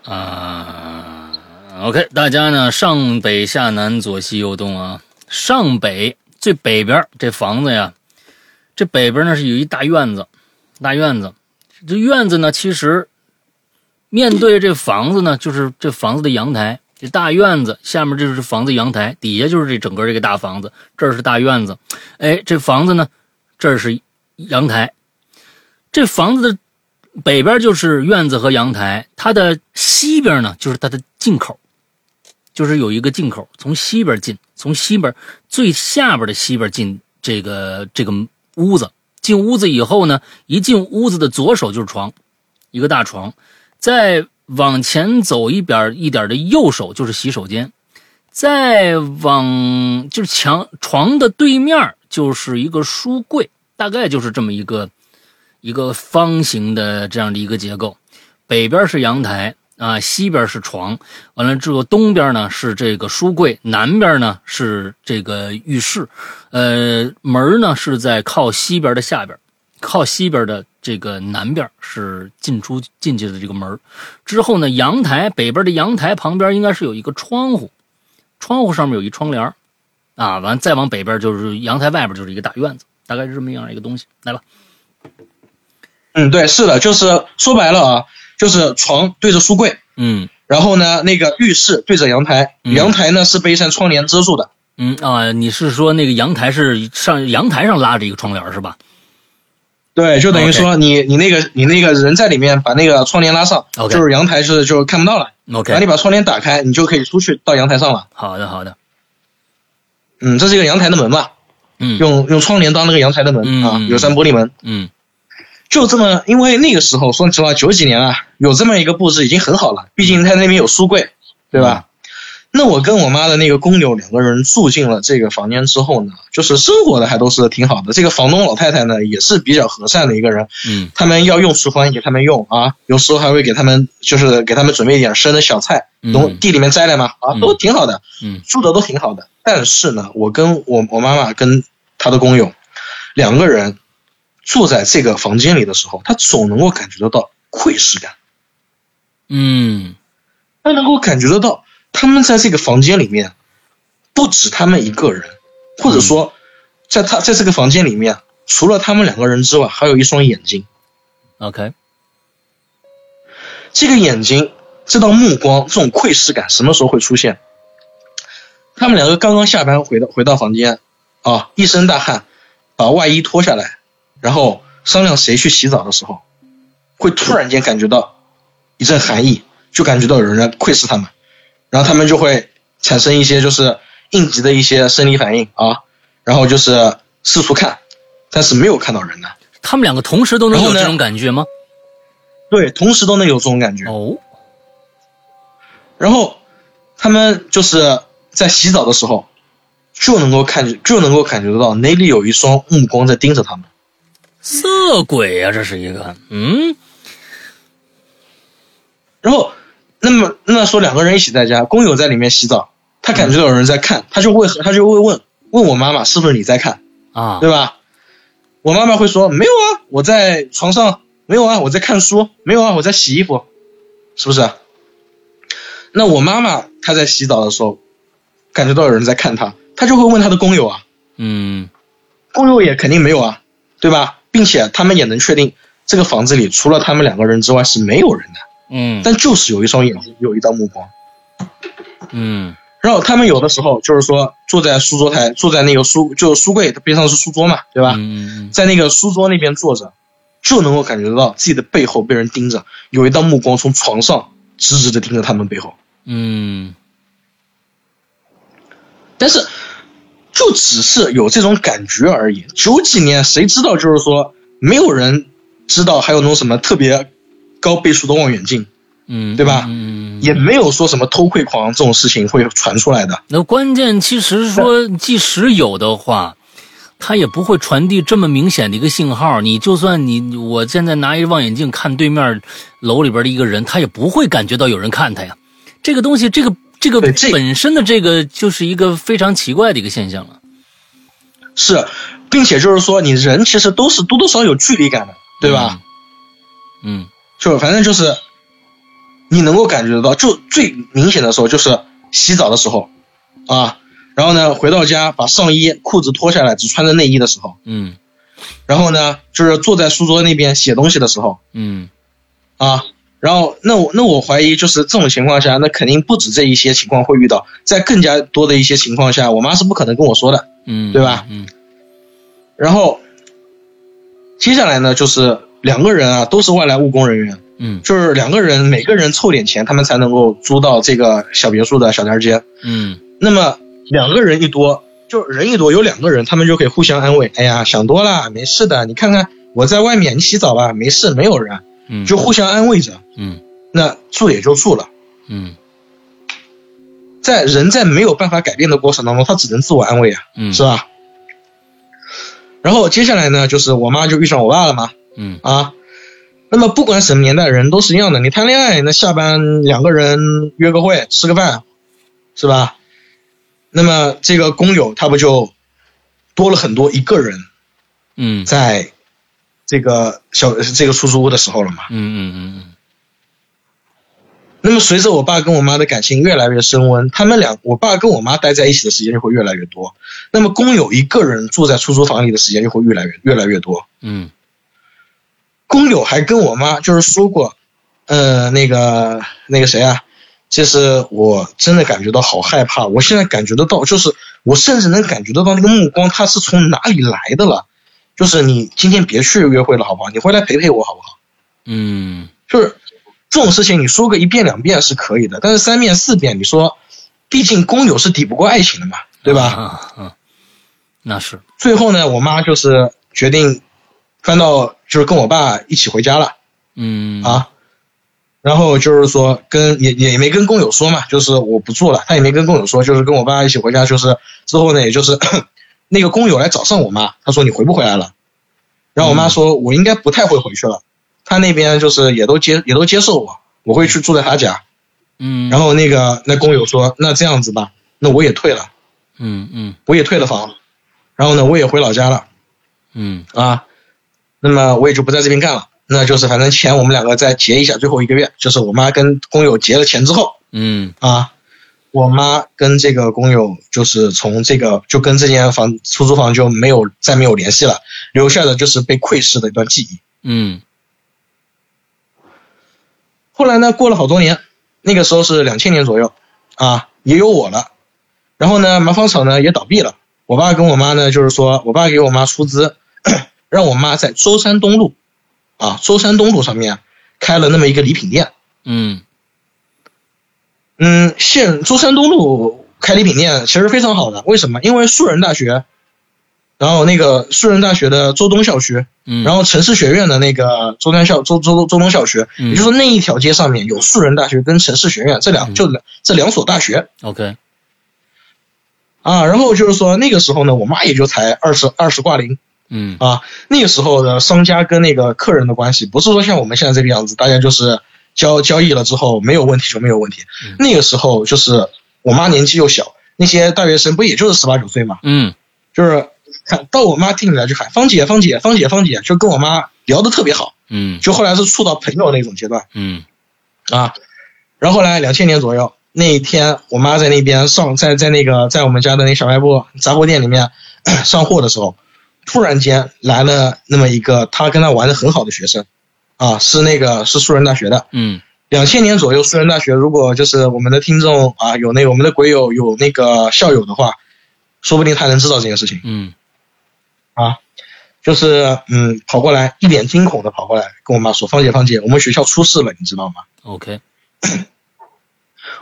B: 啊，OK，大家呢上北下南左西右东啊。上北最北边儿这房子呀，这北边呢是有一大院子，大院子。这院子呢，其实面对这房子呢，就是这房子的阳台。这大院子下面就是房子阳台，底下就是这整个这个大房子，这儿是大院子。哎，这房子呢，这儿是阳台，这房子的北边就是院子和阳台，它的西边呢就是它的进口，就是有一个进口，从西边进，从西边最下边的西边进这个这个屋子。进屋子以后呢，一进屋子的左手就是床，一个大床，再往前走一点一点的右手就是洗手间，再往就是墙床的对面就是一个书柜，大概就是这么一个。一个方形的这样的一个结构，北边是阳台啊，西边是床，完了之后东边呢是这个书柜，南边呢是这个浴室，呃，门呢是在靠西边的下边，靠西边的这个南边是进出进去的这个门儿之后呢，阳台北边的阳台旁边应该是有一个窗户，窗户上面有一窗帘儿啊，完再往北边就是阳台外边就是一个大院子，大概是这么样一个东西，来吧，
C: 嗯，对，是的，就是说白了啊，就是床对着书柜，
B: 嗯
C: 然后呢，那个浴室对着阳台，
B: 嗯
C: 阳台呢是被一扇窗帘遮住的，
B: 嗯啊，你是说那个阳台是上阳台上拉着一个窗帘是吧
C: 对，就等于
B: OK
C: 说你你那个你那个人在里面把那个窗帘拉上
B: OK
C: 就是阳台是就看不到了。然后你
B: ？OK，
C: 把窗帘打开，你就可以出去到阳台上了。
B: 好的好的，
C: 嗯，这是一个阳台的门嘛，
B: 嗯
C: 用用窗帘当那个阳台的门、
B: 嗯
C: 啊
B: 嗯，
C: 有扇玻璃门，
B: 嗯
C: 就这么，因为那个时候说实话，九几年啊，有这么一个布置已经很好了，毕竟在那边有书柜，对吧？那我跟我妈的那个公牛两个人住进了这个房间之后呢，就是生活的还都是挺好的。这个房东老太太呢也是比较和善的一个人，
B: 嗯
C: 他们要用厨房也给他们用啊，有时候还会给他们就是给他们准备一点生的小菜，
B: 嗯
C: 从地里面摘来嘛，啊，
B: 嗯
C: 都挺好的，
B: 嗯
C: 住的都挺好的。但是呢，我跟我我妈妈跟她的工友两个人住在这个房间里的时候，她总能够感觉得到窥视感，
B: 嗯
C: 她能够感觉得到他们在这个房间里面不止他们一个人，或
B: 嗯
C: 者说在他在这个房间里面除了他们两个人之外，还有一双眼睛。
B: ，OK，
C: 这个眼睛、这道目光、这种窥视感什么时候会出现？他们两个刚刚下班回到回到房间，啊，一身大汗，把外衣脱下来，然后商量谁去洗澡的时候，会突然间感觉到一阵寒意，就感觉到有人在窥视他们，然后他们就会产生一些就是应急的一些生理反应啊，然后就是四处看，但是没有看到人呢。
B: 他们两个同时都能
C: 然
B: 有
C: 后呢
B: 这种感觉吗？
C: 对，同时都能有这种感觉。
B: 哦，
C: 然后他们就是在洗澡的时候，就能够看就能够感觉得到哪里有一双目光在盯着他们。
B: 色鬼呀、这是一个，嗯
C: 然后，那么那说两个人一起在家，工友在里面洗澡，他感觉到有人在看，他就会他就会问问我妈妈是不是你在看，
B: 啊，
C: 对吧？我妈妈会说没有啊，我在床上，没有啊，我在看书，没有啊，我在洗衣服，是不是？那我妈妈她在洗澡的时候，感觉到有人在看她，她就会问她的工友啊，
B: 嗯
C: 工友也肯定没有啊，对吧？并且他们也能确定，这个房子里除了他们两个人之外是没有人的，
B: 嗯
C: 但就是有一双眼睛，有一道目光。
B: 嗯
C: 然后他们有的时候就是说坐在书桌台，坐在那个书就是书柜边上是书桌嘛，对吧？
B: 嗯嗯
C: 在那个书桌那边坐着，就能够感觉到自己的背后被人盯着，有一道目光从床上直直的盯着他们背后。
B: 嗯
C: 但是就只是有这种感觉而已。九几年谁知道？就是说，没有人知道还有那种什么特别高倍数的望远镜，
B: 嗯，
C: 对吧
B: 嗯，
C: 也没有说什么偷窥狂这种事情会传出来的。
B: 那关键其实说，即使有的话，它也不会传递这么明显的一个信号。你就算你我现在拿一望远镜看对面楼里边的一个人，他也不会感觉到有人看他呀。这个东西，这个这个
C: 对这
B: 本身的这个就是一个非常奇怪的一个现象了。
C: 是，并且就是说，你人其实都是多多少少有距离感的，对吧？
B: 嗯
C: 就反正就是你能够感觉得到，就最明显的时候就是洗澡的时候啊，然后呢回到家把上衣裤子脱下来，只穿着内衣的时候，
B: 嗯
C: 然后呢，就是坐在书桌那边写东西的时候
B: 嗯
C: 啊，然后那我那我怀疑就是这种情况下，那肯定不止这一些情况会遇到，在更加多的一些情况下，我妈是不可能跟我说的。
B: 嗯，
C: 对吧
B: 嗯
C: 然后接下来呢，就是两个人啊都是外来务工人员，
B: 嗯
C: 就是两个人每个人凑点钱，他们才能够租到这个小别墅的小单间。
B: 嗯
C: 那么两个人一多，就人一多，有两个人，他们就可以互相安慰。哎呀，想多了，没事的。你看看我在外面，你洗澡吧，没事，没有人。
B: 嗯，
C: 就互相安慰着。
B: 嗯
C: 那住也就住了，
B: 嗯
C: 在人在没有办法改变的过程当中，他只能自我安慰啊，
B: 嗯
C: 是吧？然后接下来呢，就是我妈就遇上我爸了嘛，
B: 嗯
C: 啊，那么不管什么年代，人都是一样的。你谈恋爱，那下班两个人约个会，吃个饭，是吧？那么这个工友他不就多了很多一个人
B: 嗯嗯
C: 在这个小这个出租屋的时候了嘛？
B: 嗯嗯
C: 那么随着我爸跟我妈的感情越来越升温，他们俩我爸跟我妈待在一起的时间就会越来越多。那么工友一个人住在出租房里的时间就会越来越越来越多。
B: 嗯
C: 工友还跟我妈就是说过，呃，那个那个谁啊，这是我真的感觉到好害怕。我现在感觉得到，就是我甚至能感觉得到那个目光它是从哪里来的了。就是你今天别去约会了，好不好？你回来陪陪我，好不好？
B: 嗯
C: 就是这种事情，你说个一遍两遍是可以的，但是三遍四遍，你说，毕竟工友是抵不过爱情的嘛，对吧？
B: 啊嗯，那是
C: 最后呢，我妈就是决定搬到，就是跟我爸一起回家了
B: 嗯
C: 啊。然后就是说跟也也也没跟工友说嘛，就是我不住了，她也没跟工友说，就是跟我爸一起回家，就是之后呢，也就是 那个工友来找上我妈，她说你回不回来了，然后我妈
B: 嗯
C: 说我应该不太会回去了，她那边就是也都接也都接受我，我会去住在她家。
B: 嗯，
C: 然
B: 后
C: 后那个那工友说那这样子吧，那我也退了，
B: 嗯嗯
C: 我也退了房，然后呢我也回老家了。
B: 嗯
C: 啊，那么我也就不在这边干了。那就是反正钱我们两个再结一下，最后一个月，就是我妈跟工友结了钱之后
B: 嗯
C: 啊，我妈跟这个工友就是从这个就跟这间房出租房就没有再没有联系了，留下的就是被窥视的一段记忆。
B: 嗯
C: 后来呢，过了好多年，那个时候是两千年左右啊，也有我了。然后呢，麻纺厂呢也倒闭了。我爸跟我妈呢，就是说我爸给我妈出资， 让我妈在舟山东路啊，舟山东路上面开了那么一个礼品店。
B: 嗯
C: 嗯，现舟山东路开礼品店其实非常好的，为什么？因为树人大学，然后那个树人大学的周东校区，
B: 嗯，
C: 然后城市学院的那个周南校周周周东校区，
B: 嗯
C: 也就是说那一条街上面有树人大学跟城市学院这两
B: 嗯
C: 就两这两所大学
B: OK
C: 啊。然后就是说那个时候呢，我妈也就才二十二十挂零
B: 嗯
C: 啊。那个时候的商家跟那个客人的关系，不是说像我们现在这个样子，大家就是交交易了之后没有问题就没有问题
B: 嗯。
C: 那个时候就是我妈年纪又小，那些大学生不也就是十八九岁嘛，
B: 嗯
C: 就是看到我妈店里来就喊芳姐芳姐芳姐芳姐，就跟我妈聊得特别好。
B: 嗯
C: 就后来是处到朋友那种阶段
B: 嗯
C: 啊。然后后来两千年左右那一天，我妈在那边上在在那个在我们家的那小卖部杂货店里面 上货的时候，突然间来了那么一个她跟她玩的很好的学生，啊，是那个是树人大学的。
B: 嗯
C: 两千年左右，树人大学如果就是我们的听众啊有那我们的鬼友有那个校友的话，说不定他能知道这件事情。啊
B: 嗯
C: 就是嗯，跑过来一脸惊恐的跑过来跟我妈说：“芳姐，芳姐，我们学校出事了，你知道吗？”
B: OK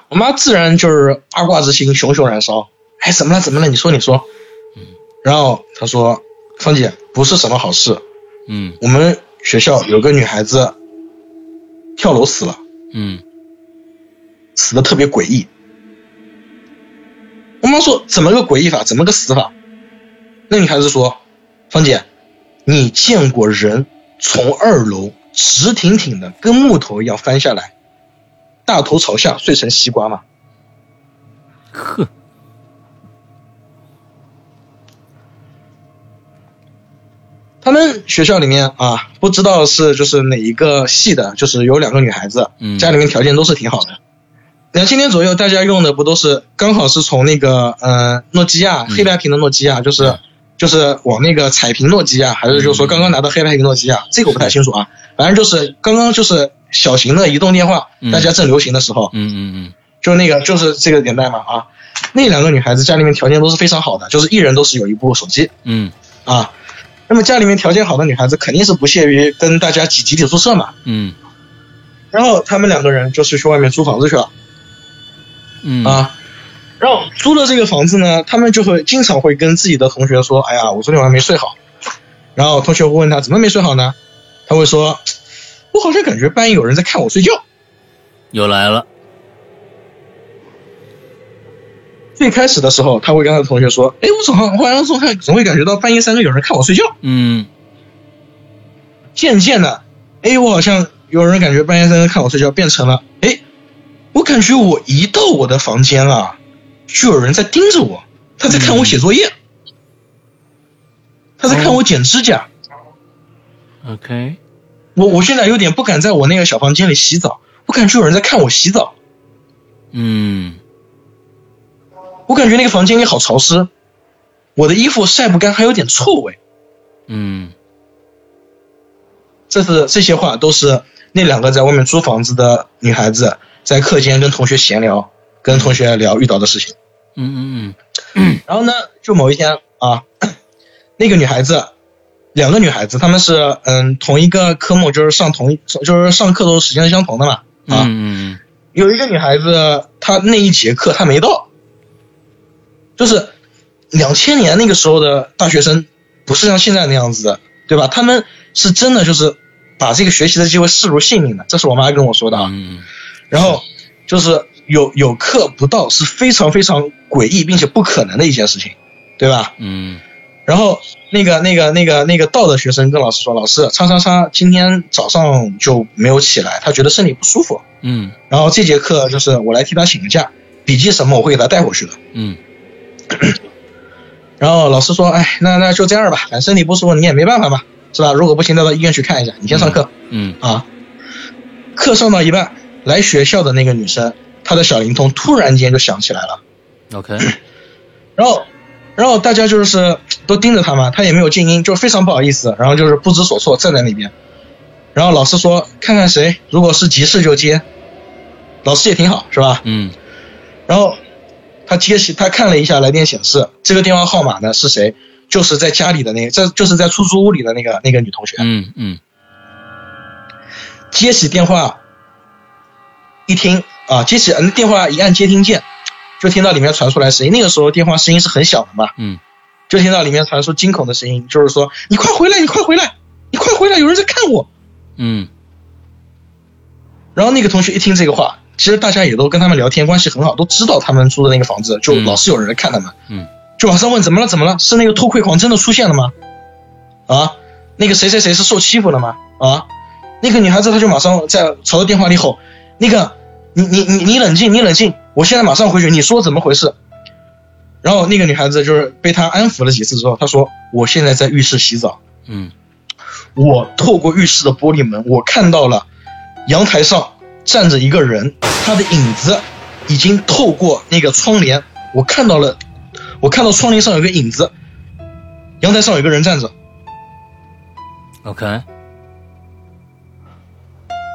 C: 我妈自然就是八卦之心熊熊燃烧。哎，怎么了？怎么了？你说，你说。然后她说：“芳姐，不是什么好事。
B: 嗯
C: 我们学校有个女孩子跳楼死了，
B: 嗯
C: 死的特别诡异。”我妈说：“怎么个诡异法？怎么个死法？”那女孩子说：“芳姐，你见过人从二楼直挺挺的跟木头一样翻下来，大头朝下碎成西瓜吗？”
B: 呵
C: 他们学校里面啊，不知道是就是哪一个系的，就是有两个女孩子，
B: 嗯
C: 家里面条件都是挺好的。两千年左右，大家用的不都是刚好是从那个呃诺基亚
B: 嗯
C: 黑白屏的诺基亚，就是就是往那个彩屏诺基亚，还是就是说
B: 嗯
C: 刚刚拿到黑白屏诺基亚，这个我不太清楚啊。反正就是刚刚就是小型的移动电话
B: 嗯，
C: 大家正流行的时候，
B: 嗯嗯
C: 就是那个就是这个年代嘛啊。那两个女孩子家里面条件都是非常好的，就是一人都是有一部手机，
B: 嗯
C: 啊。那么家里面条件好的女孩子肯定是不屑于跟大家挤集体宿舍嘛。
B: 嗯
C: 然后他们两个人就是去外面租房子去了
B: 嗯
C: 啊。然后租了这个房子呢，他们就会经常会跟自己的同学说：“哎呀，我昨天晚上没睡好。”然后同学会问他怎么没睡好呢？他会说：“我好像感觉半夜有人在看我睡觉。
B: 又来了”
C: 最开始的时候，他会跟他的同学说：“哎，我总好我好像总看总会感觉到半夜三更有人看我睡觉。”
B: 嗯
C: 渐渐的，哎，我好像有人感觉半夜三更看我睡觉，变成了，哎，我感觉我一到我的房间啊，就有人在盯着我，他在看我写作业，他在看我剪指甲。
B: OK
C: 我我现在有点不敢在我那个小房间里洗澡，我感觉有人在看我洗澡，
B: 嗯
C: 我感觉那个房间里好潮湿，我的衣服晒不干，还有点臭味。
B: 嗯
C: 这是这些话都是那两个在外面租房子的女孩子在课间跟同学闲聊，跟同学聊遇到的事情。
B: 嗯嗯
C: 然后呢，就某一天啊， 那个女孩子，两个女孩子，她们是嗯同一个科目，就是上同一就是上课都时间是相同的嘛。
B: 嗯
C: 啊，
B: 嗯嗯
C: 有一个女孩子，她那一节课她没到，就是两千年那个时候的大学生，不是像现在那样子的，对吧？他们是真的就是把这个学习的机会视如性命的，这是我妈跟我说的啊。
B: 嗯
C: 然后就是有有课不到是非常非常诡异并且不可能的一件事情，对吧？
B: 嗯
C: 然后那个那个那个那个到的学生跟老师说，老师叉叉叉今天早上就没有起来，他觉得身体不舒服，
B: 嗯
C: 然后这节课就是我来替他请个假，笔记什么我会给他带回去的。
B: 嗯
C: 然后老师说，哎，那那就这样吧，反正身体不舒服你也没办法嘛，是吧？如果不行，带到医院去看一下。你先上课、
B: 嗯
C: 啊。课上到一半，来学校的那个女生，她的小灵通突然间就响起来了。
B: ，OK，
C: 然后，然后大家就是都盯着他嘛，他也没有静音，就非常不好意思，然后就是不知所措站在那边。然后老师说看看谁，如果是急事就接，老师也挺好是吧？
B: 嗯
C: 然后他接起他看了一下来电显示，这个电话号码呢是谁？就是在家里的那个，在就是在出租屋里的那个那个女同学。
B: 嗯嗯
C: 接起电话，一听啊，接起嗯电话一按接听键，就听到里面传出来声音。那个时候电话声音是很小的嘛，
B: 嗯
C: 就听到里面传出惊恐的声音，就是说：“你快回来，你快回来，你快回来，有人在看我。
B: 嗯”
C: 然后那个同学一听这个话，其实大家也都跟他们聊天，关系很好，都知道他们租的那个房子，就
B: 嗯
C: 老是有人来看他们。
B: 嗯。
C: 就马上问：“怎么了？怎么了？是那个偷窥狂真的出现了吗？啊，那个谁谁谁是受欺负了吗？啊，那个女孩子她就马上在朝着电话里吼：‘那个，你你你你冷静，你冷静，我现在马上回去，你说怎么回事？’”然后那个女孩子就是被他安抚了几次之后，她说：“我现在在浴室洗澡。”
B: 嗯
C: 我透过浴室的玻璃门，我看到了阳台上站着一个人，他的影子已经透过那个窗帘，我看到了，我看到窗帘上有个影子，阳台上有个人站着。
B: ，OK，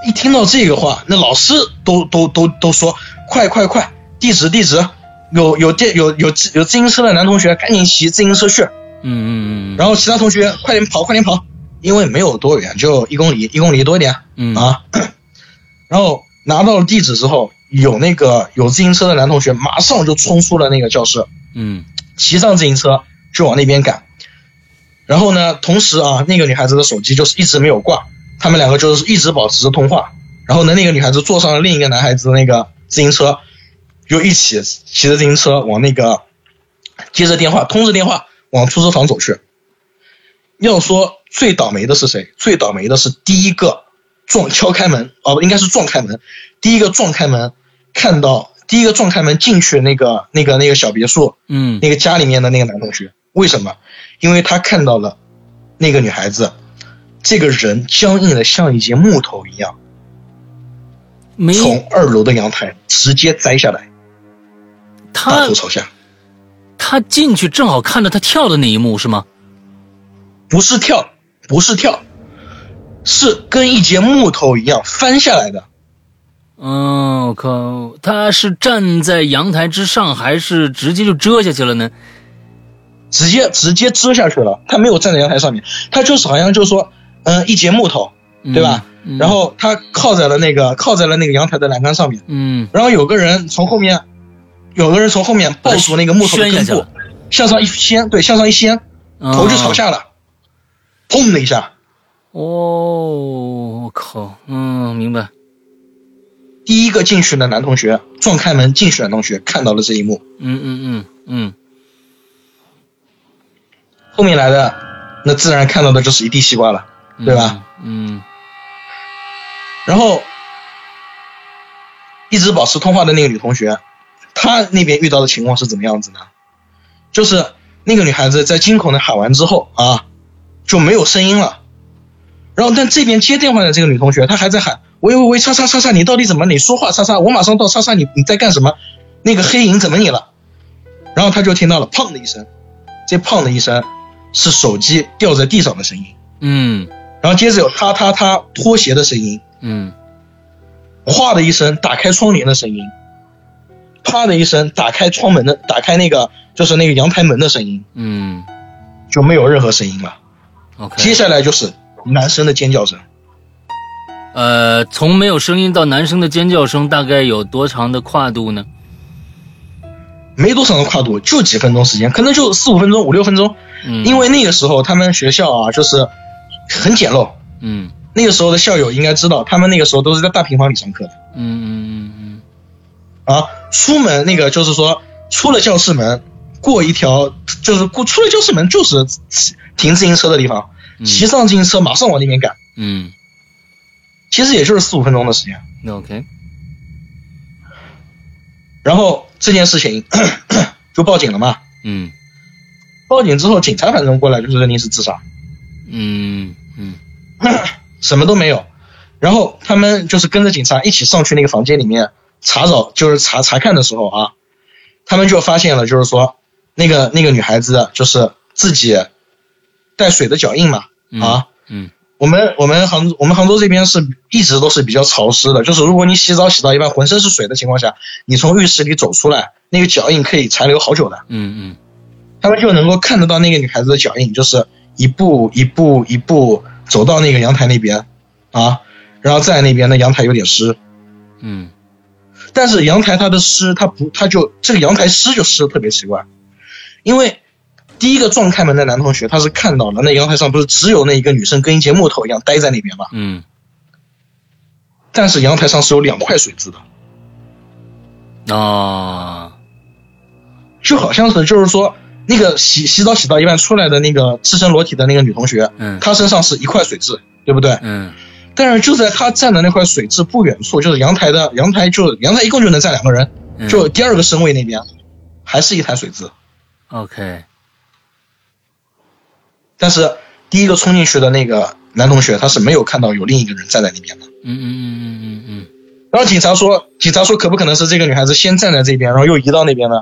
C: 一听到这个话，那老师都都都都说快快快，地址地址，有有电有有自有自行车的男同学赶紧骑自行车去，
B: 嗯嗯嗯，
C: 然后其他同学快点跑快点跑，因为没有多远，就一公里一公里多一点。
B: 嗯
C: 啊， 然后拿到了地址之后，有那个有自行车的男同学马上就冲出了那个教室，
B: 嗯
C: 骑上自行车就往那边赶。然后呢，同时啊，那个女孩子的手机就是一直没有挂，他们两个就是一直保持着通话。然后呢，那个女孩子坐上了另一个男孩子的那个自行车，又一起骑着自行车往那个接着电话通着电话往出租房走去。要说最倒霉的是谁？最倒霉的是第一个撞敲开门，哦，不应该是撞开门，第一个撞开门看到第一个撞开门进去那个那个那个小别墅，
B: 嗯
C: 那个家里面的那个男同学。为什么？因为他看到了那个女孩子，这个人僵硬的像一截木头一样，
B: 没
C: 从二楼的阳台直接摘下来，大
B: 他
C: 头朝下。
B: 他进去正好看着他跳的那一幕是吗？
C: 不是跳，不是跳，是跟一截木头一样翻下来的。
B: 嗯，我靠，他是站在阳台之上，还是直接就遮下去了呢？
C: 直接直接遮下去了，他没有站在阳台上面，他就是好像就是说，嗯，一截木头，
B: 嗯
C: 对吧？
B: 嗯
C: 然后他靠在了那个靠在了那个阳台的栏杆上面，
B: 嗯，
C: 然后有个人从后面，有个人从后面抱住那个木头的
B: 宣下啊
C: 根
B: 去
C: 部
B: 了，，
C: 向上一掀，对，向上一掀，
B: 嗯
C: 头就朝下了，砰的一下，
B: 哦。哦，我靠，嗯，明白，
C: 第一个进去的男同学撞开门进去的同学看到了这一幕，
B: 嗯嗯嗯嗯
C: 后面来的那自然看到的就是一地西瓜了。
B: 嗯，
C: 对吧？
B: 嗯
C: 然后一直保持通话的那个女同学，她那边遇到的情况是怎么样子呢？就是那个女孩子在惊恐的喊完之后啊，就没有声音了。然后，但这边接电话的这个女同学，她还在喊：“喂喂喂，叉叉叉叉，你到底怎么？你说话，叉叉，我马上到，叉叉，你你在干什么？那个黑影怎么你了？”然后她就听到了“砰”的一声，这“砰”的一声是手机掉在地上的声音，
B: 嗯
C: 然后接着有“踏踏踏”拖鞋的声音，
B: 嗯
C: 哗的一声打开窗帘的声音，啪的一声打开窗门的打开那个就是那个阳台门的声音，
B: 嗯
C: 就没有任何声音了。接
B: ，OK，
C: 下来就是男生的尖叫声，
B: 呃，从没有声音到男生的尖叫声，大概有多长的跨度呢？
C: 没多长的跨度，就几分钟时间，可能就四五分钟、五六分钟。
B: 嗯，
C: 因为那个时候他们学校啊，就是很简陋。
B: 嗯
C: 那个时候的校友应该知道，他们那个时候都是在大平房里上课的
B: 嗯嗯嗯
C: 啊。出门那个就是说，出了教室门，过一条就是过出了教室门就是骑停自行车的地方，
B: 嗯，
C: 骑上自行车马上往那边赶，
B: 嗯
C: 其实也就是四五分钟的时间。
B: 那，OK，
C: 然后这件事情 就报警了嘛。
B: 嗯
C: 报警之后，警察反正过来就是认定是自杀，
B: 嗯嗯
C: 什么都没有。然后他们就是跟着警察一起上去那个房间里面查找，就是查查看的时候啊，他们就发现了，就是说那个那个女孩子啊就是自己带水的脚印嘛，
B: 嗯
C: 啊，
B: 嗯
C: 我们我们杭我们杭州这边是一直都是比较潮湿的，就是如果你洗澡洗到一半浑身是水的情况下，你从浴室里走出来，那个脚印可以残留好久的。
B: 嗯
C: 他们就能够看得到那个女孩子的脚印，就是一步一步一步走到那个阳台那边，啊，然后在那边的阳台有点湿，
B: 嗯嗯
C: 但是阳台它的湿，它不，它就这个阳台湿就湿的特别奇怪，因为第一个撞开门的男同学他是看到了，那阳台上不是只有那一个女生跟一截木头一样待在那边嘛，
B: 嗯，
C: 但是阳台上是有两块水渍的，
B: 啊，
C: 就好像是就是说那个洗洗澡洗到一半出来的那个赤身裸体的那个女同学，
B: 嗯
C: 她身上是一块水渍，对不对？
B: 嗯
C: 但是就在他站的那块水质不远处，就是阳台的阳台就阳台一共就能站两个人，
B: 嗯
C: 就第二个身位那边，还是一滩水渍。
B: ，OK，
C: 但是第一个冲进去的那个男同学他是没有看到有另一个人站在那边的。
B: 嗯嗯嗯嗯嗯
C: 然后警察说，警察说可不可能是这个女孩子先站在这边，然后又移到那边呢？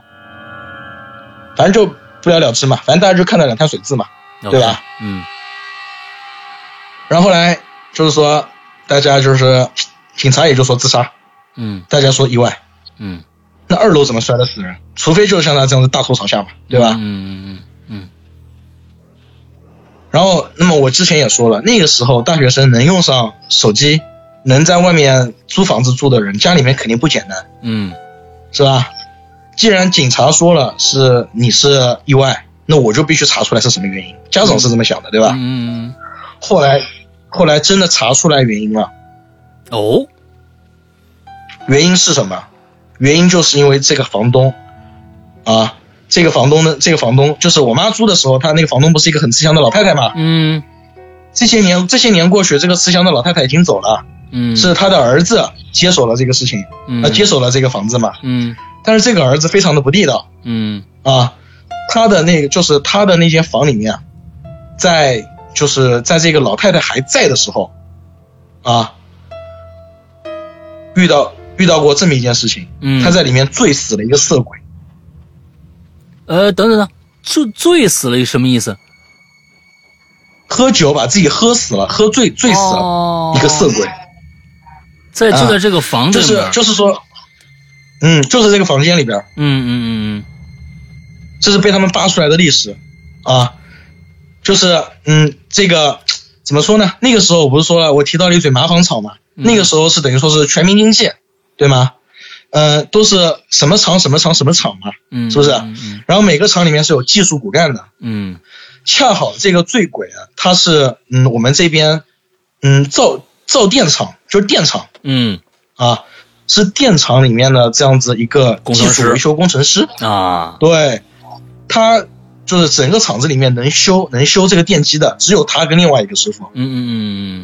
C: 反正就不了了之嘛，反正大家就看到两滩水渍嘛。
B: 嗯，
C: 对吧？
B: 嗯
C: 然后后来就是说，大家就是警察也就说自杀，
B: 嗯
C: 大家说意外。
B: 嗯，
C: 那二楼怎么摔得死人？除非就是像他这样子大头朝下嘛，对吧？
B: 嗯嗯嗯
C: 然后，那么我之前也说了，那个时候大学生能用上手机，能在外面租房子住的人，家里面肯定不简单，
B: 嗯
C: 是吧？既然警察说了是你是意外，那我就必须查出来是什么原因。家长是这么想的，对吧？
B: 嗯嗯，
C: 后来，后来真的查出来原因了，
B: 哦，
C: 原因是什么？原因就是因为这个房东，啊，这个房东呢，这个房东就是我妈租的时候，她那个房东不是一个很慈祥的老太太嘛？
B: 嗯
C: 这些年，这些年过去，这个慈祥的老太太已经走了。
B: 嗯，
C: 是他的儿子接手了这个事情，
B: 嗯
C: 呃，接手了这个房子嘛。
B: 嗯
C: 但是这个儿子非常的不地道
B: 嗯
C: 啊，他的那个就是他的那间房里面，啊在就是在这个老太太还在的时候，啊，遇到遇到过这么一件事情，
B: 嗯，
C: 他在里面醉死了一个色鬼，
B: 呃，等等等，醉醉死了什么意思？
C: 喝酒把自己喝死了，喝醉醉死
B: 了
C: 了一个色鬼，
B: 在就在这个房子
C: 就
B: 里
C: 是
B: 面，
C: 就是说，嗯，就是这个房间里边，
B: 嗯嗯嗯
C: 这是被他们扒出来的历史，啊，就是嗯，这个怎么说呢？那个时候我不是说了，我提到了一嘴麻纺厂嘛，
B: 嗯
C: 那个时候是等于说是全民经济，对吗？呃，都是什么厂什么厂什么厂嘛，
B: 嗯，
C: 是不是？
B: 嗯
C: 然后每个厂里面是有技术骨干的，
B: 嗯
C: 恰好这个醉鬼啊，他是嗯我们这边嗯造造电厂，就是电厂
B: 嗯
C: 啊，是电厂里面的这样子一个
B: 工
C: 技
B: 程
C: 术
B: 师
C: 维修工程师，
B: 啊，
C: 对，他就是整个厂子里面能修能修这个电机的，只有他跟另外一个师傅。
B: 嗯嗯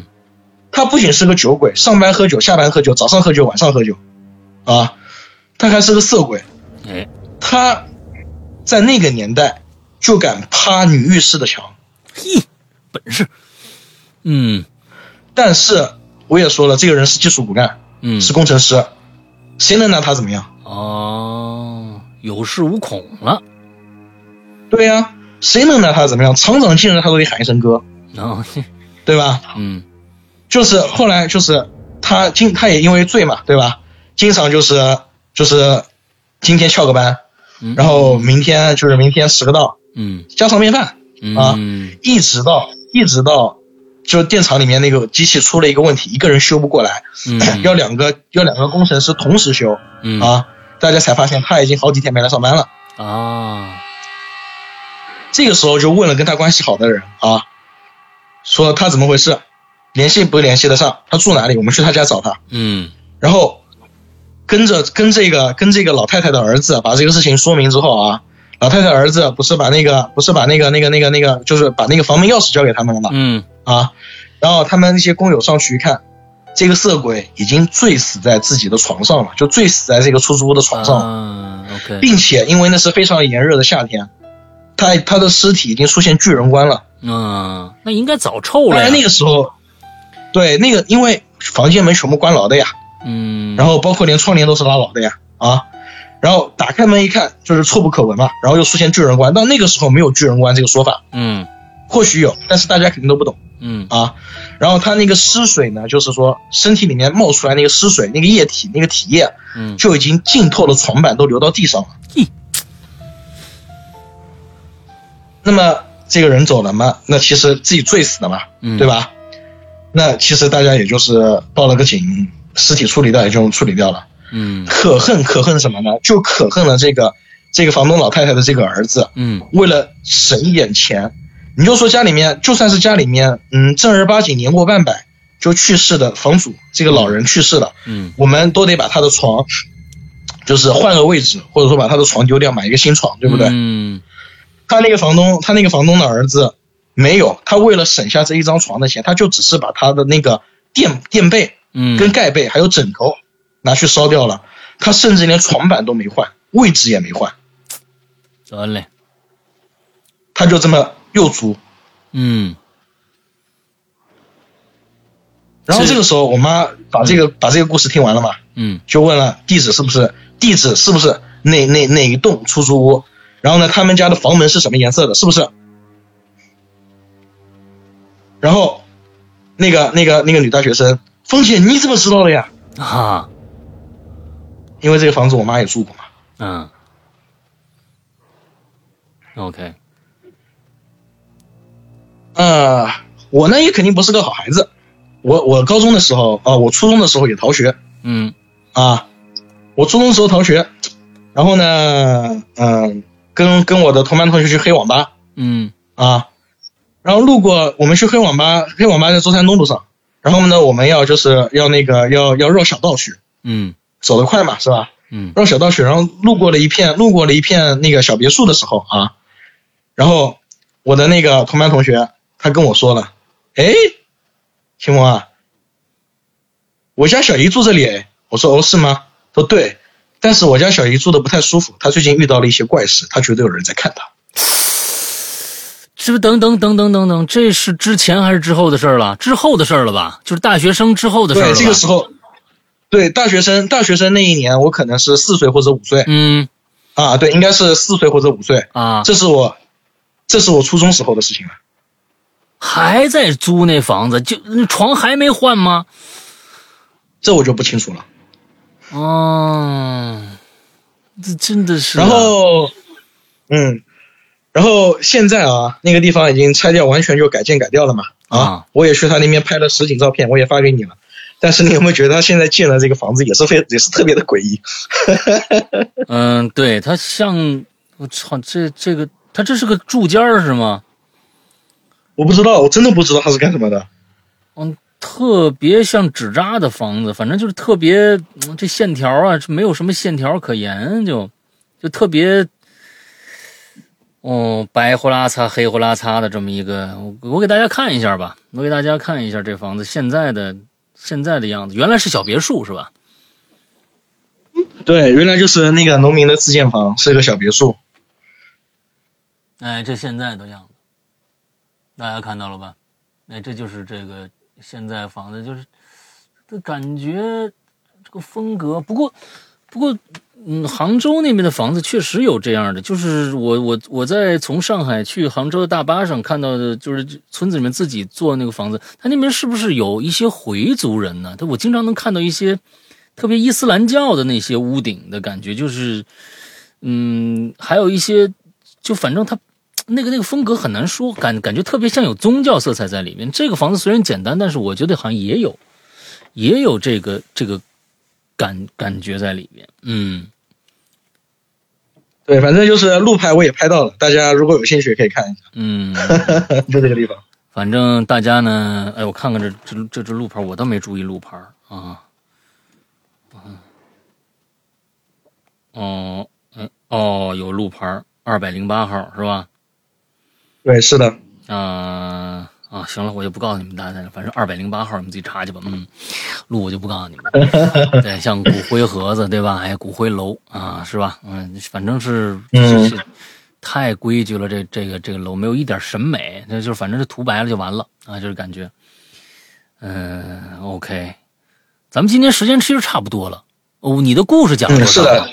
B: 嗯
C: 他不仅是个酒鬼，上班喝酒，下班喝酒，早上喝酒，晚上喝酒，啊，他还是个色鬼。
B: 嗯，哎，
C: 他在那个年代就敢趴女浴室的墙，
B: 嘿，本事，嗯
C: 但是我也说了，这个人是技术骨干，
B: 嗯，
C: 是工程师，谁能拿他怎么样？
B: 哦，有恃无恐了，
C: 对呀、谁能拿他怎么样？厂长 见了他都得喊一声哥，
B: 然后，
C: 对吧？
B: 嗯
C: 就是后来就是他经他也因为醉嘛，对吧？经常就是就是今天翘个班，
B: 嗯
C: 然后明天就是明天迟个到，
B: 嗯
C: 家常便饭，
B: 嗯
C: 啊
B: 嗯
C: 一直到一直到就电厂里面那个机器出了一个问题，一个人修不过来，
B: 嗯
C: 要两个要两个工程师同时修
B: 嗯
C: 啊，大家才发现他已经好几天没来上班了。
B: 啊
C: 这个时候就问了跟他关系好的人啊，说他怎么回事，联系不联系得上，他住哪里，我们去他家找他。
B: 嗯
C: 然后跟着跟这个跟这个老太太的儿子把这个事情说明之后啊，老太太儿子不是把那个不是把那个那个那个那个就是把那个房门钥匙交给他们了嘛
B: 嗯
C: 啊，然后他们那些工友上去一看，这个色鬼已经醉死在自己的床上了，就醉死在这个出租屋的床上了，
B: 啊 OK
C: 并且因为那是非常炎热的夏天，他他的尸体已经出现巨人观了。
B: 嗯，那应该早臭
C: 当
B: 了
C: 然哎那
B: 呀。
C: 个时候，对那个因为房间门全部关牢的呀，
B: 嗯，
C: 然后包括连窗帘都是拉牢的呀，啊，然后打开门一看就是臭不可闻嘛，然后又出现巨人观，但那个时候没有巨人观这个说法，
B: 嗯
C: 或许有，但是大家肯定都不懂
B: 嗯
C: 啊。然后他那个尸水呢，就是说身体里面冒出来那个尸水，那个液体，那个体液
B: 嗯，
C: 就已经浸透了床板，都流到地上了。
B: 咦
C: 那么这个人走了嘛，那其实自己醉死的嘛，
B: 嗯
C: 对？吧？那其实大家也就是报了个警，尸体处理掉也就处理掉了。
B: 嗯
C: 可恨可恨什么呢？就可恨了这个这个房东老太太的这个儿子，
B: 嗯
C: 为了省一点钱，你就说家里面就算是家里面嗯正儿八经年过半百就去世的房主，这个老人去世了，
B: 嗯
C: 我们都得把他的床，就是换个位置，或者说把他的床丢掉，买一个新床，对不对？
B: 嗯
C: 他那个房东，他那个房东的儿子没有，他为了省下这一张床的钱，他就只是把他的那个垫垫被
B: 嗯，
C: 跟盖被还有枕头拿去烧掉了，他甚至连床板都没换，位置也没换，
B: 得嘞，
C: 他就这么又租。
B: 嗯
C: 然后
B: 是
C: 这个时候，我妈把这个把这个故事听完了嘛，
B: 嗯
C: 就问了地址是不是地址是不是哪哪哪一栋出租屋，然后呢，他们家的房门是什么颜色的，是不是？然后，那个那个那个女大学生，峰姐你怎么知道的呀？
B: 啊
C: 因为这个房子我妈也住过嘛。
B: 嗯，OK，
C: 呃，我呢也肯定不是个好孩子，我我高中的时候啊、我初中的时候也逃学
B: 嗯
C: 啊，我初中的时候逃学，然后呢，嗯、跟跟我的同班同学去黑网吧，
B: 嗯
C: 啊，然后路过我们去黑网吧，黑网吧在舟山东路上，然后呢，我们要就是要那个要要绕小道去，
B: 嗯
C: 走得快嘛，是吧？
B: 嗯
C: 绕小道去，然后路过了一片路过了一片那个小别墅的时候啊，然后我的那个同班同学他跟我说了，哎，秦萌啊，我家小姨住这里哎，我说哦是吗？说对，但是我家小姨住的不太舒服，她最近遇到了一些怪事，她觉得有人在看她。
B: 这不等等等等等等，这是之前还是之后的事儿了？之后的事儿了吧？就是大学生之后的事儿
C: 对，
B: 了。
C: 这个时，候，对大学生，大学生那一年，我可能是四岁或者五岁、
B: 嗯
C: 啊，对，应该是四岁或者五岁，
B: 啊，
C: 这是我，这是我初中时候的事情了。
B: 还在租那房子，就那床还没换吗？
C: 这我就不清楚了。
B: 哦，这真的是啊、
C: 然后，嗯，然后现在啊，那个地方已经拆掉，完全就改建改掉了嘛。啊，
B: 啊
C: 我也去他那边拍了实景照片，我也发给你了。但是你有没有觉得他现在建的这个房子也是非也是特别的诡异？
B: 嗯，对，它像我操，这这个它这是个住间儿是吗？
C: 我不知道，我真的不知道他是干什么的。
B: 嗯，特别像纸扎的房子，反正就是特别、嗯这线条啊，这没有什么线条可言，就就特别。哦，白呼啦擦，黑呼啦擦的这么一个，我我给大家看一下吧，我给大家看一下这房子现在的现在的样子，原来是小别墅是吧？
C: 对，原来就是那个农民的自建房，是个小别墅。
B: 哎，这现在的样子，大家看到了吧？哎，这就是这个现在房子，就是这感觉这个风格。不过，不过，嗯，杭州那边的房子确实有这样的，就是我我我在从上海去杭州的大巴上看到的，就是村子里面自己做那个房子，他那边是不是有一些回族人呢？他我经常能看到一些特别伊斯兰教的那些屋顶的感觉，就是，嗯，还有一些，就反正他。那个那个风格很难说，感感觉特别像有宗教色彩在里面。这个房子虽然简单，但是我觉得好像也有，也有这个这个感感觉在里面。嗯，
C: 对，反正就是路拍我也拍到了，大家如果有兴趣可以看一下，
B: 嗯，
C: 就这个地方。
B: 反正大家呢，哎，我看看这这这只路牌，我倒没注意路牌儿啊。嗯，哦，嗯，哦，有路牌二百零八号是吧？
C: 对，是的，
B: 啊、啊，行了，我就不告诉你们大家了，反正二百零八号你们自己查去吧。嗯，路我就不告诉你 们。对，像骨灰盒子对吧？哎，骨灰楼啊，是吧？嗯，反正是
C: 嗯
B: 是是太规矩了，这这个这个楼没有一点审美，那就是反正是涂白了就完了啊，就是感觉。嗯、o k 咱们今天时间其实差不多了。哦，你的故事讲了
C: 嗯，
B: 多
C: 是
B: 少？
C: 的。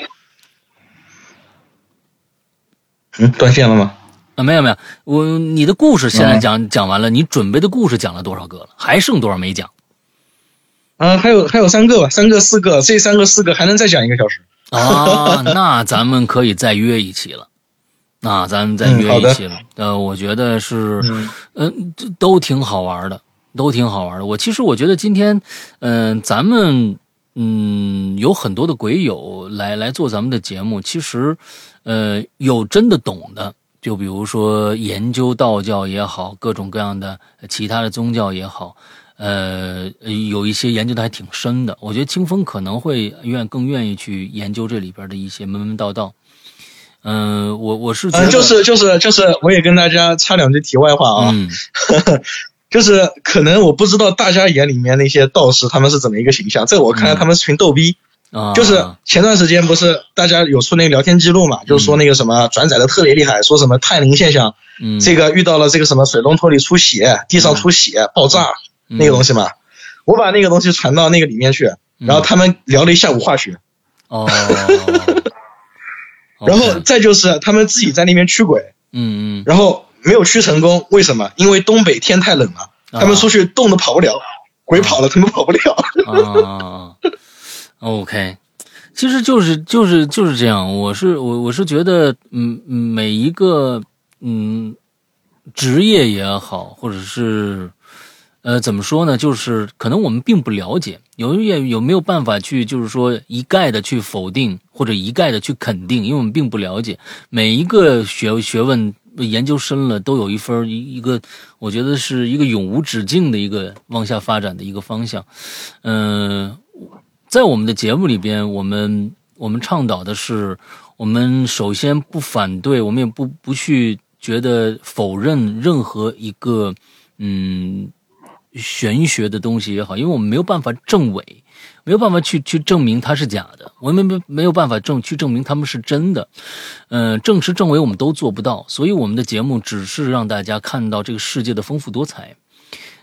C: 嗯，断线了吗？
B: 啊，没有没有，我你的故事现
C: 嗯
B: 在讲、讲完了，你准备的故事讲了多少个了？还剩多少没讲？
C: 啊，还有还有三个吧，三个四个，这三个四个还能再讲一个小时。
B: 啊，那咱们可以再约一期了。那咱们再
C: 嗯
B: 约
C: 好
B: 一
C: 的
B: 期了。呃，我觉得是，
C: 嗯
B: 嗯、这都挺好玩的，都挺好玩的。我其实我觉得今天，嗯、咱们嗯有很多的鬼友来来做咱们的节目，其实，呃，有真的懂的。就比如说研究道教也好，各种各样的呃其他的宗教也好，呃，有一些研究的还挺深的。我觉得清风可能会愿更愿意去研究这里边的一些门门道道。嗯、我我是觉得、
C: 嗯，就是就是就是，我也跟大家插两句题外话啊，
B: 嗯，
C: 就是可能我不知道大家眼里面那些道士他们是怎么一个形象，在我看来
B: 嗯
C: 他们是群逗逼。
B: 啊、
C: 就是前段时间不是大家有出那个聊天记录嘛，就是说那个什么转载的特别厉害，说什么探灵现象，
B: 嗯
C: 这个遇到了这个什么水龙头里出血，地上出血爆炸那个东
B: 西，
C: 西嘛，我把那个东西传到那个里面去，
B: 嗯
C: 然后他们聊了一下午化学，
B: 哦，
C: 然后
B: OK，
C: 再就是他们自己在那边驱鬼，
B: 嗯嗯，
C: 然后没有驱成功，为什么？因为东北天太冷了，他们出去冻得跑不了，鬼跑了他们跑不了。
B: 啊，OK，其实就是就是就是这样。我是我我是觉得，嗯，嗯每一个嗯职业也好，或者是呃怎么说呢，就是可能我们并不了解，有也有没有办法去就是说一概的去否定或者一概的去肯定，因为我们并不了解每一个学学问。研究深了，都有一分儿一一个，我觉得是一个永无止境的一个往下发展的一个方向。嗯，在我们的节目里边，我们我们倡导的是，我们首先不反对，我们也不不去觉得否认任何一个嗯玄学的东西也好，因为我们没有办法证伪，没有办法去去证明它是假的，我们没没有办法证去证明他们是真的，嗯，证实证伪我们都做不到，所以我们的节目只是让大家看到这个世界的丰富多彩。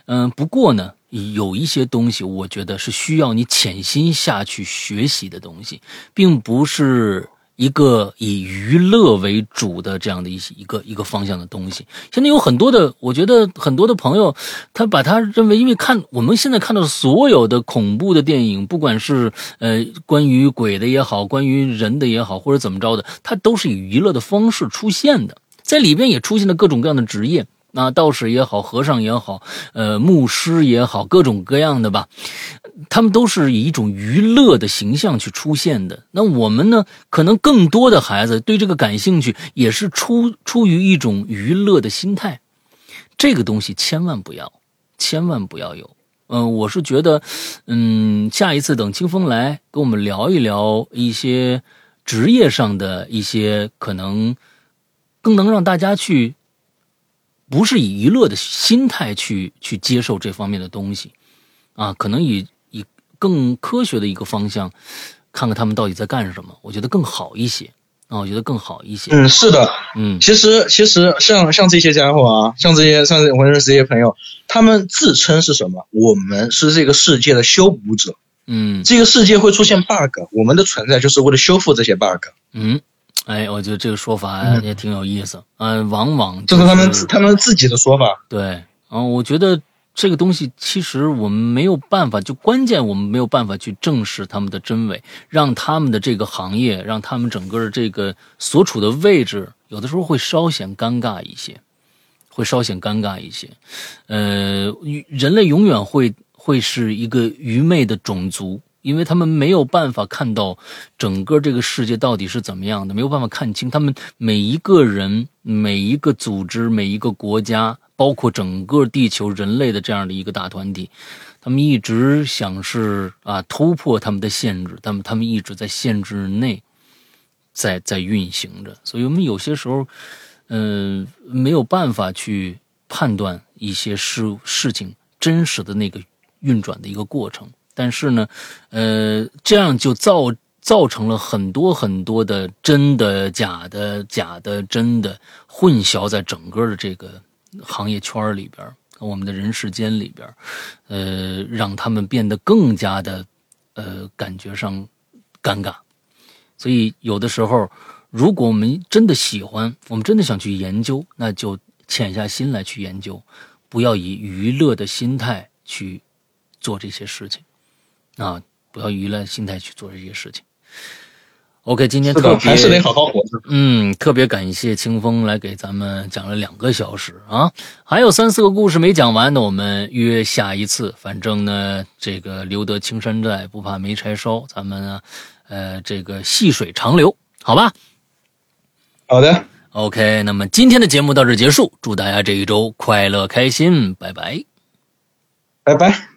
B: 嗯，不过呢，有一些东西，我觉得是需要你潜心下去学习的东西，并不是一个以娱乐为主的这样的一些一个一个方向的东西。现在有很多的，我觉得很多的朋友，他把他认为，因为看我们现在看到所有的恐怖的电影，不管是呃关于鬼的也好，关于人的也好，或者怎么着的，它都是以娱乐的方式出现的，在里边也出现了各种各样的职业。啊，道士也好，和尚也好，呃，牧师也好，各种各样的吧，他们都是以一种娱乐的形象去出现的。那我们呢，可能更多的孩子对这个感兴趣，也是出出于一种娱乐的心态。这个东西千万不要，千万不要有。嗯、我是觉得，嗯，下一次等清风来跟我们聊一聊一些职业上的一些可能，更能让大家去不是以娱乐的心态去去接受这方面的东西，啊，可能以以更科学的一个方向，看看他们到底在干什么，我觉得更好一些啊，我觉得更好一些。
C: 嗯，是的，
B: 嗯
C: 其实其实像像这些家伙啊，像这些像我认识这些朋友，他们自称是什么？我们是这个世界的修补者。
B: 嗯
C: 这个世界会出现 bug，我们的存在就是为了修复这些 bug。
B: 嗯，哎，我觉得这个说法
C: 嗯
B: 也挺有意思。嗯，往往
C: 这
B: 就是
C: 他们自他们自己的说法。
B: 对，嗯，我觉得这个东西其实我们没有办法，就关键我们没有办法去正视他们的真伪，让他们的这个行业，让他们整个这个所处的位置，有的时候会稍显尴尬一些，会稍显尴尬一些。呃，人类永远会会是一个愚昧的种族。因为他们没有办法看到整个这个世界到底是怎么样的，没有办法看清他们每一个人、每一个组织、每一个国家，包括整个地球人类的这样的一个大团体，他们一直想是啊突破他们的限制，但他们一直在限制内在在运行着，所以我们有些时候，嗯、没有办法去判断一些事事情真实的那个运转的一个过程。但是呢，呃，这样就造造成了很多很多的真的、假的、假的、真的混淆在整个的这个行业圈儿里边儿，我们的人世间里边儿，呃，让他们变得更加的呃感觉上尴尬。所以有的时候，如果我们真的喜欢，我们真的想去研究，那就潜下心来去研究，不要以娱乐的心态去做这些事情啊，不要以娱乐心态去做这些事情。OK，今天
C: 是
B: 特
C: 的，
B: 别
C: 还是得好好活着。
B: 嗯，特别感谢清风来给咱们讲了两个小时啊，还有三四个故事没讲完呢，我们约下一次。反正呢，这个留得青山在，不怕没柴烧，咱们啊，呃，这个细水长流，好吧
C: 好的，
B: ？OK，那么今天的节目到这儿结束，祝大家这一周快乐开心，拜拜。
C: 拜拜。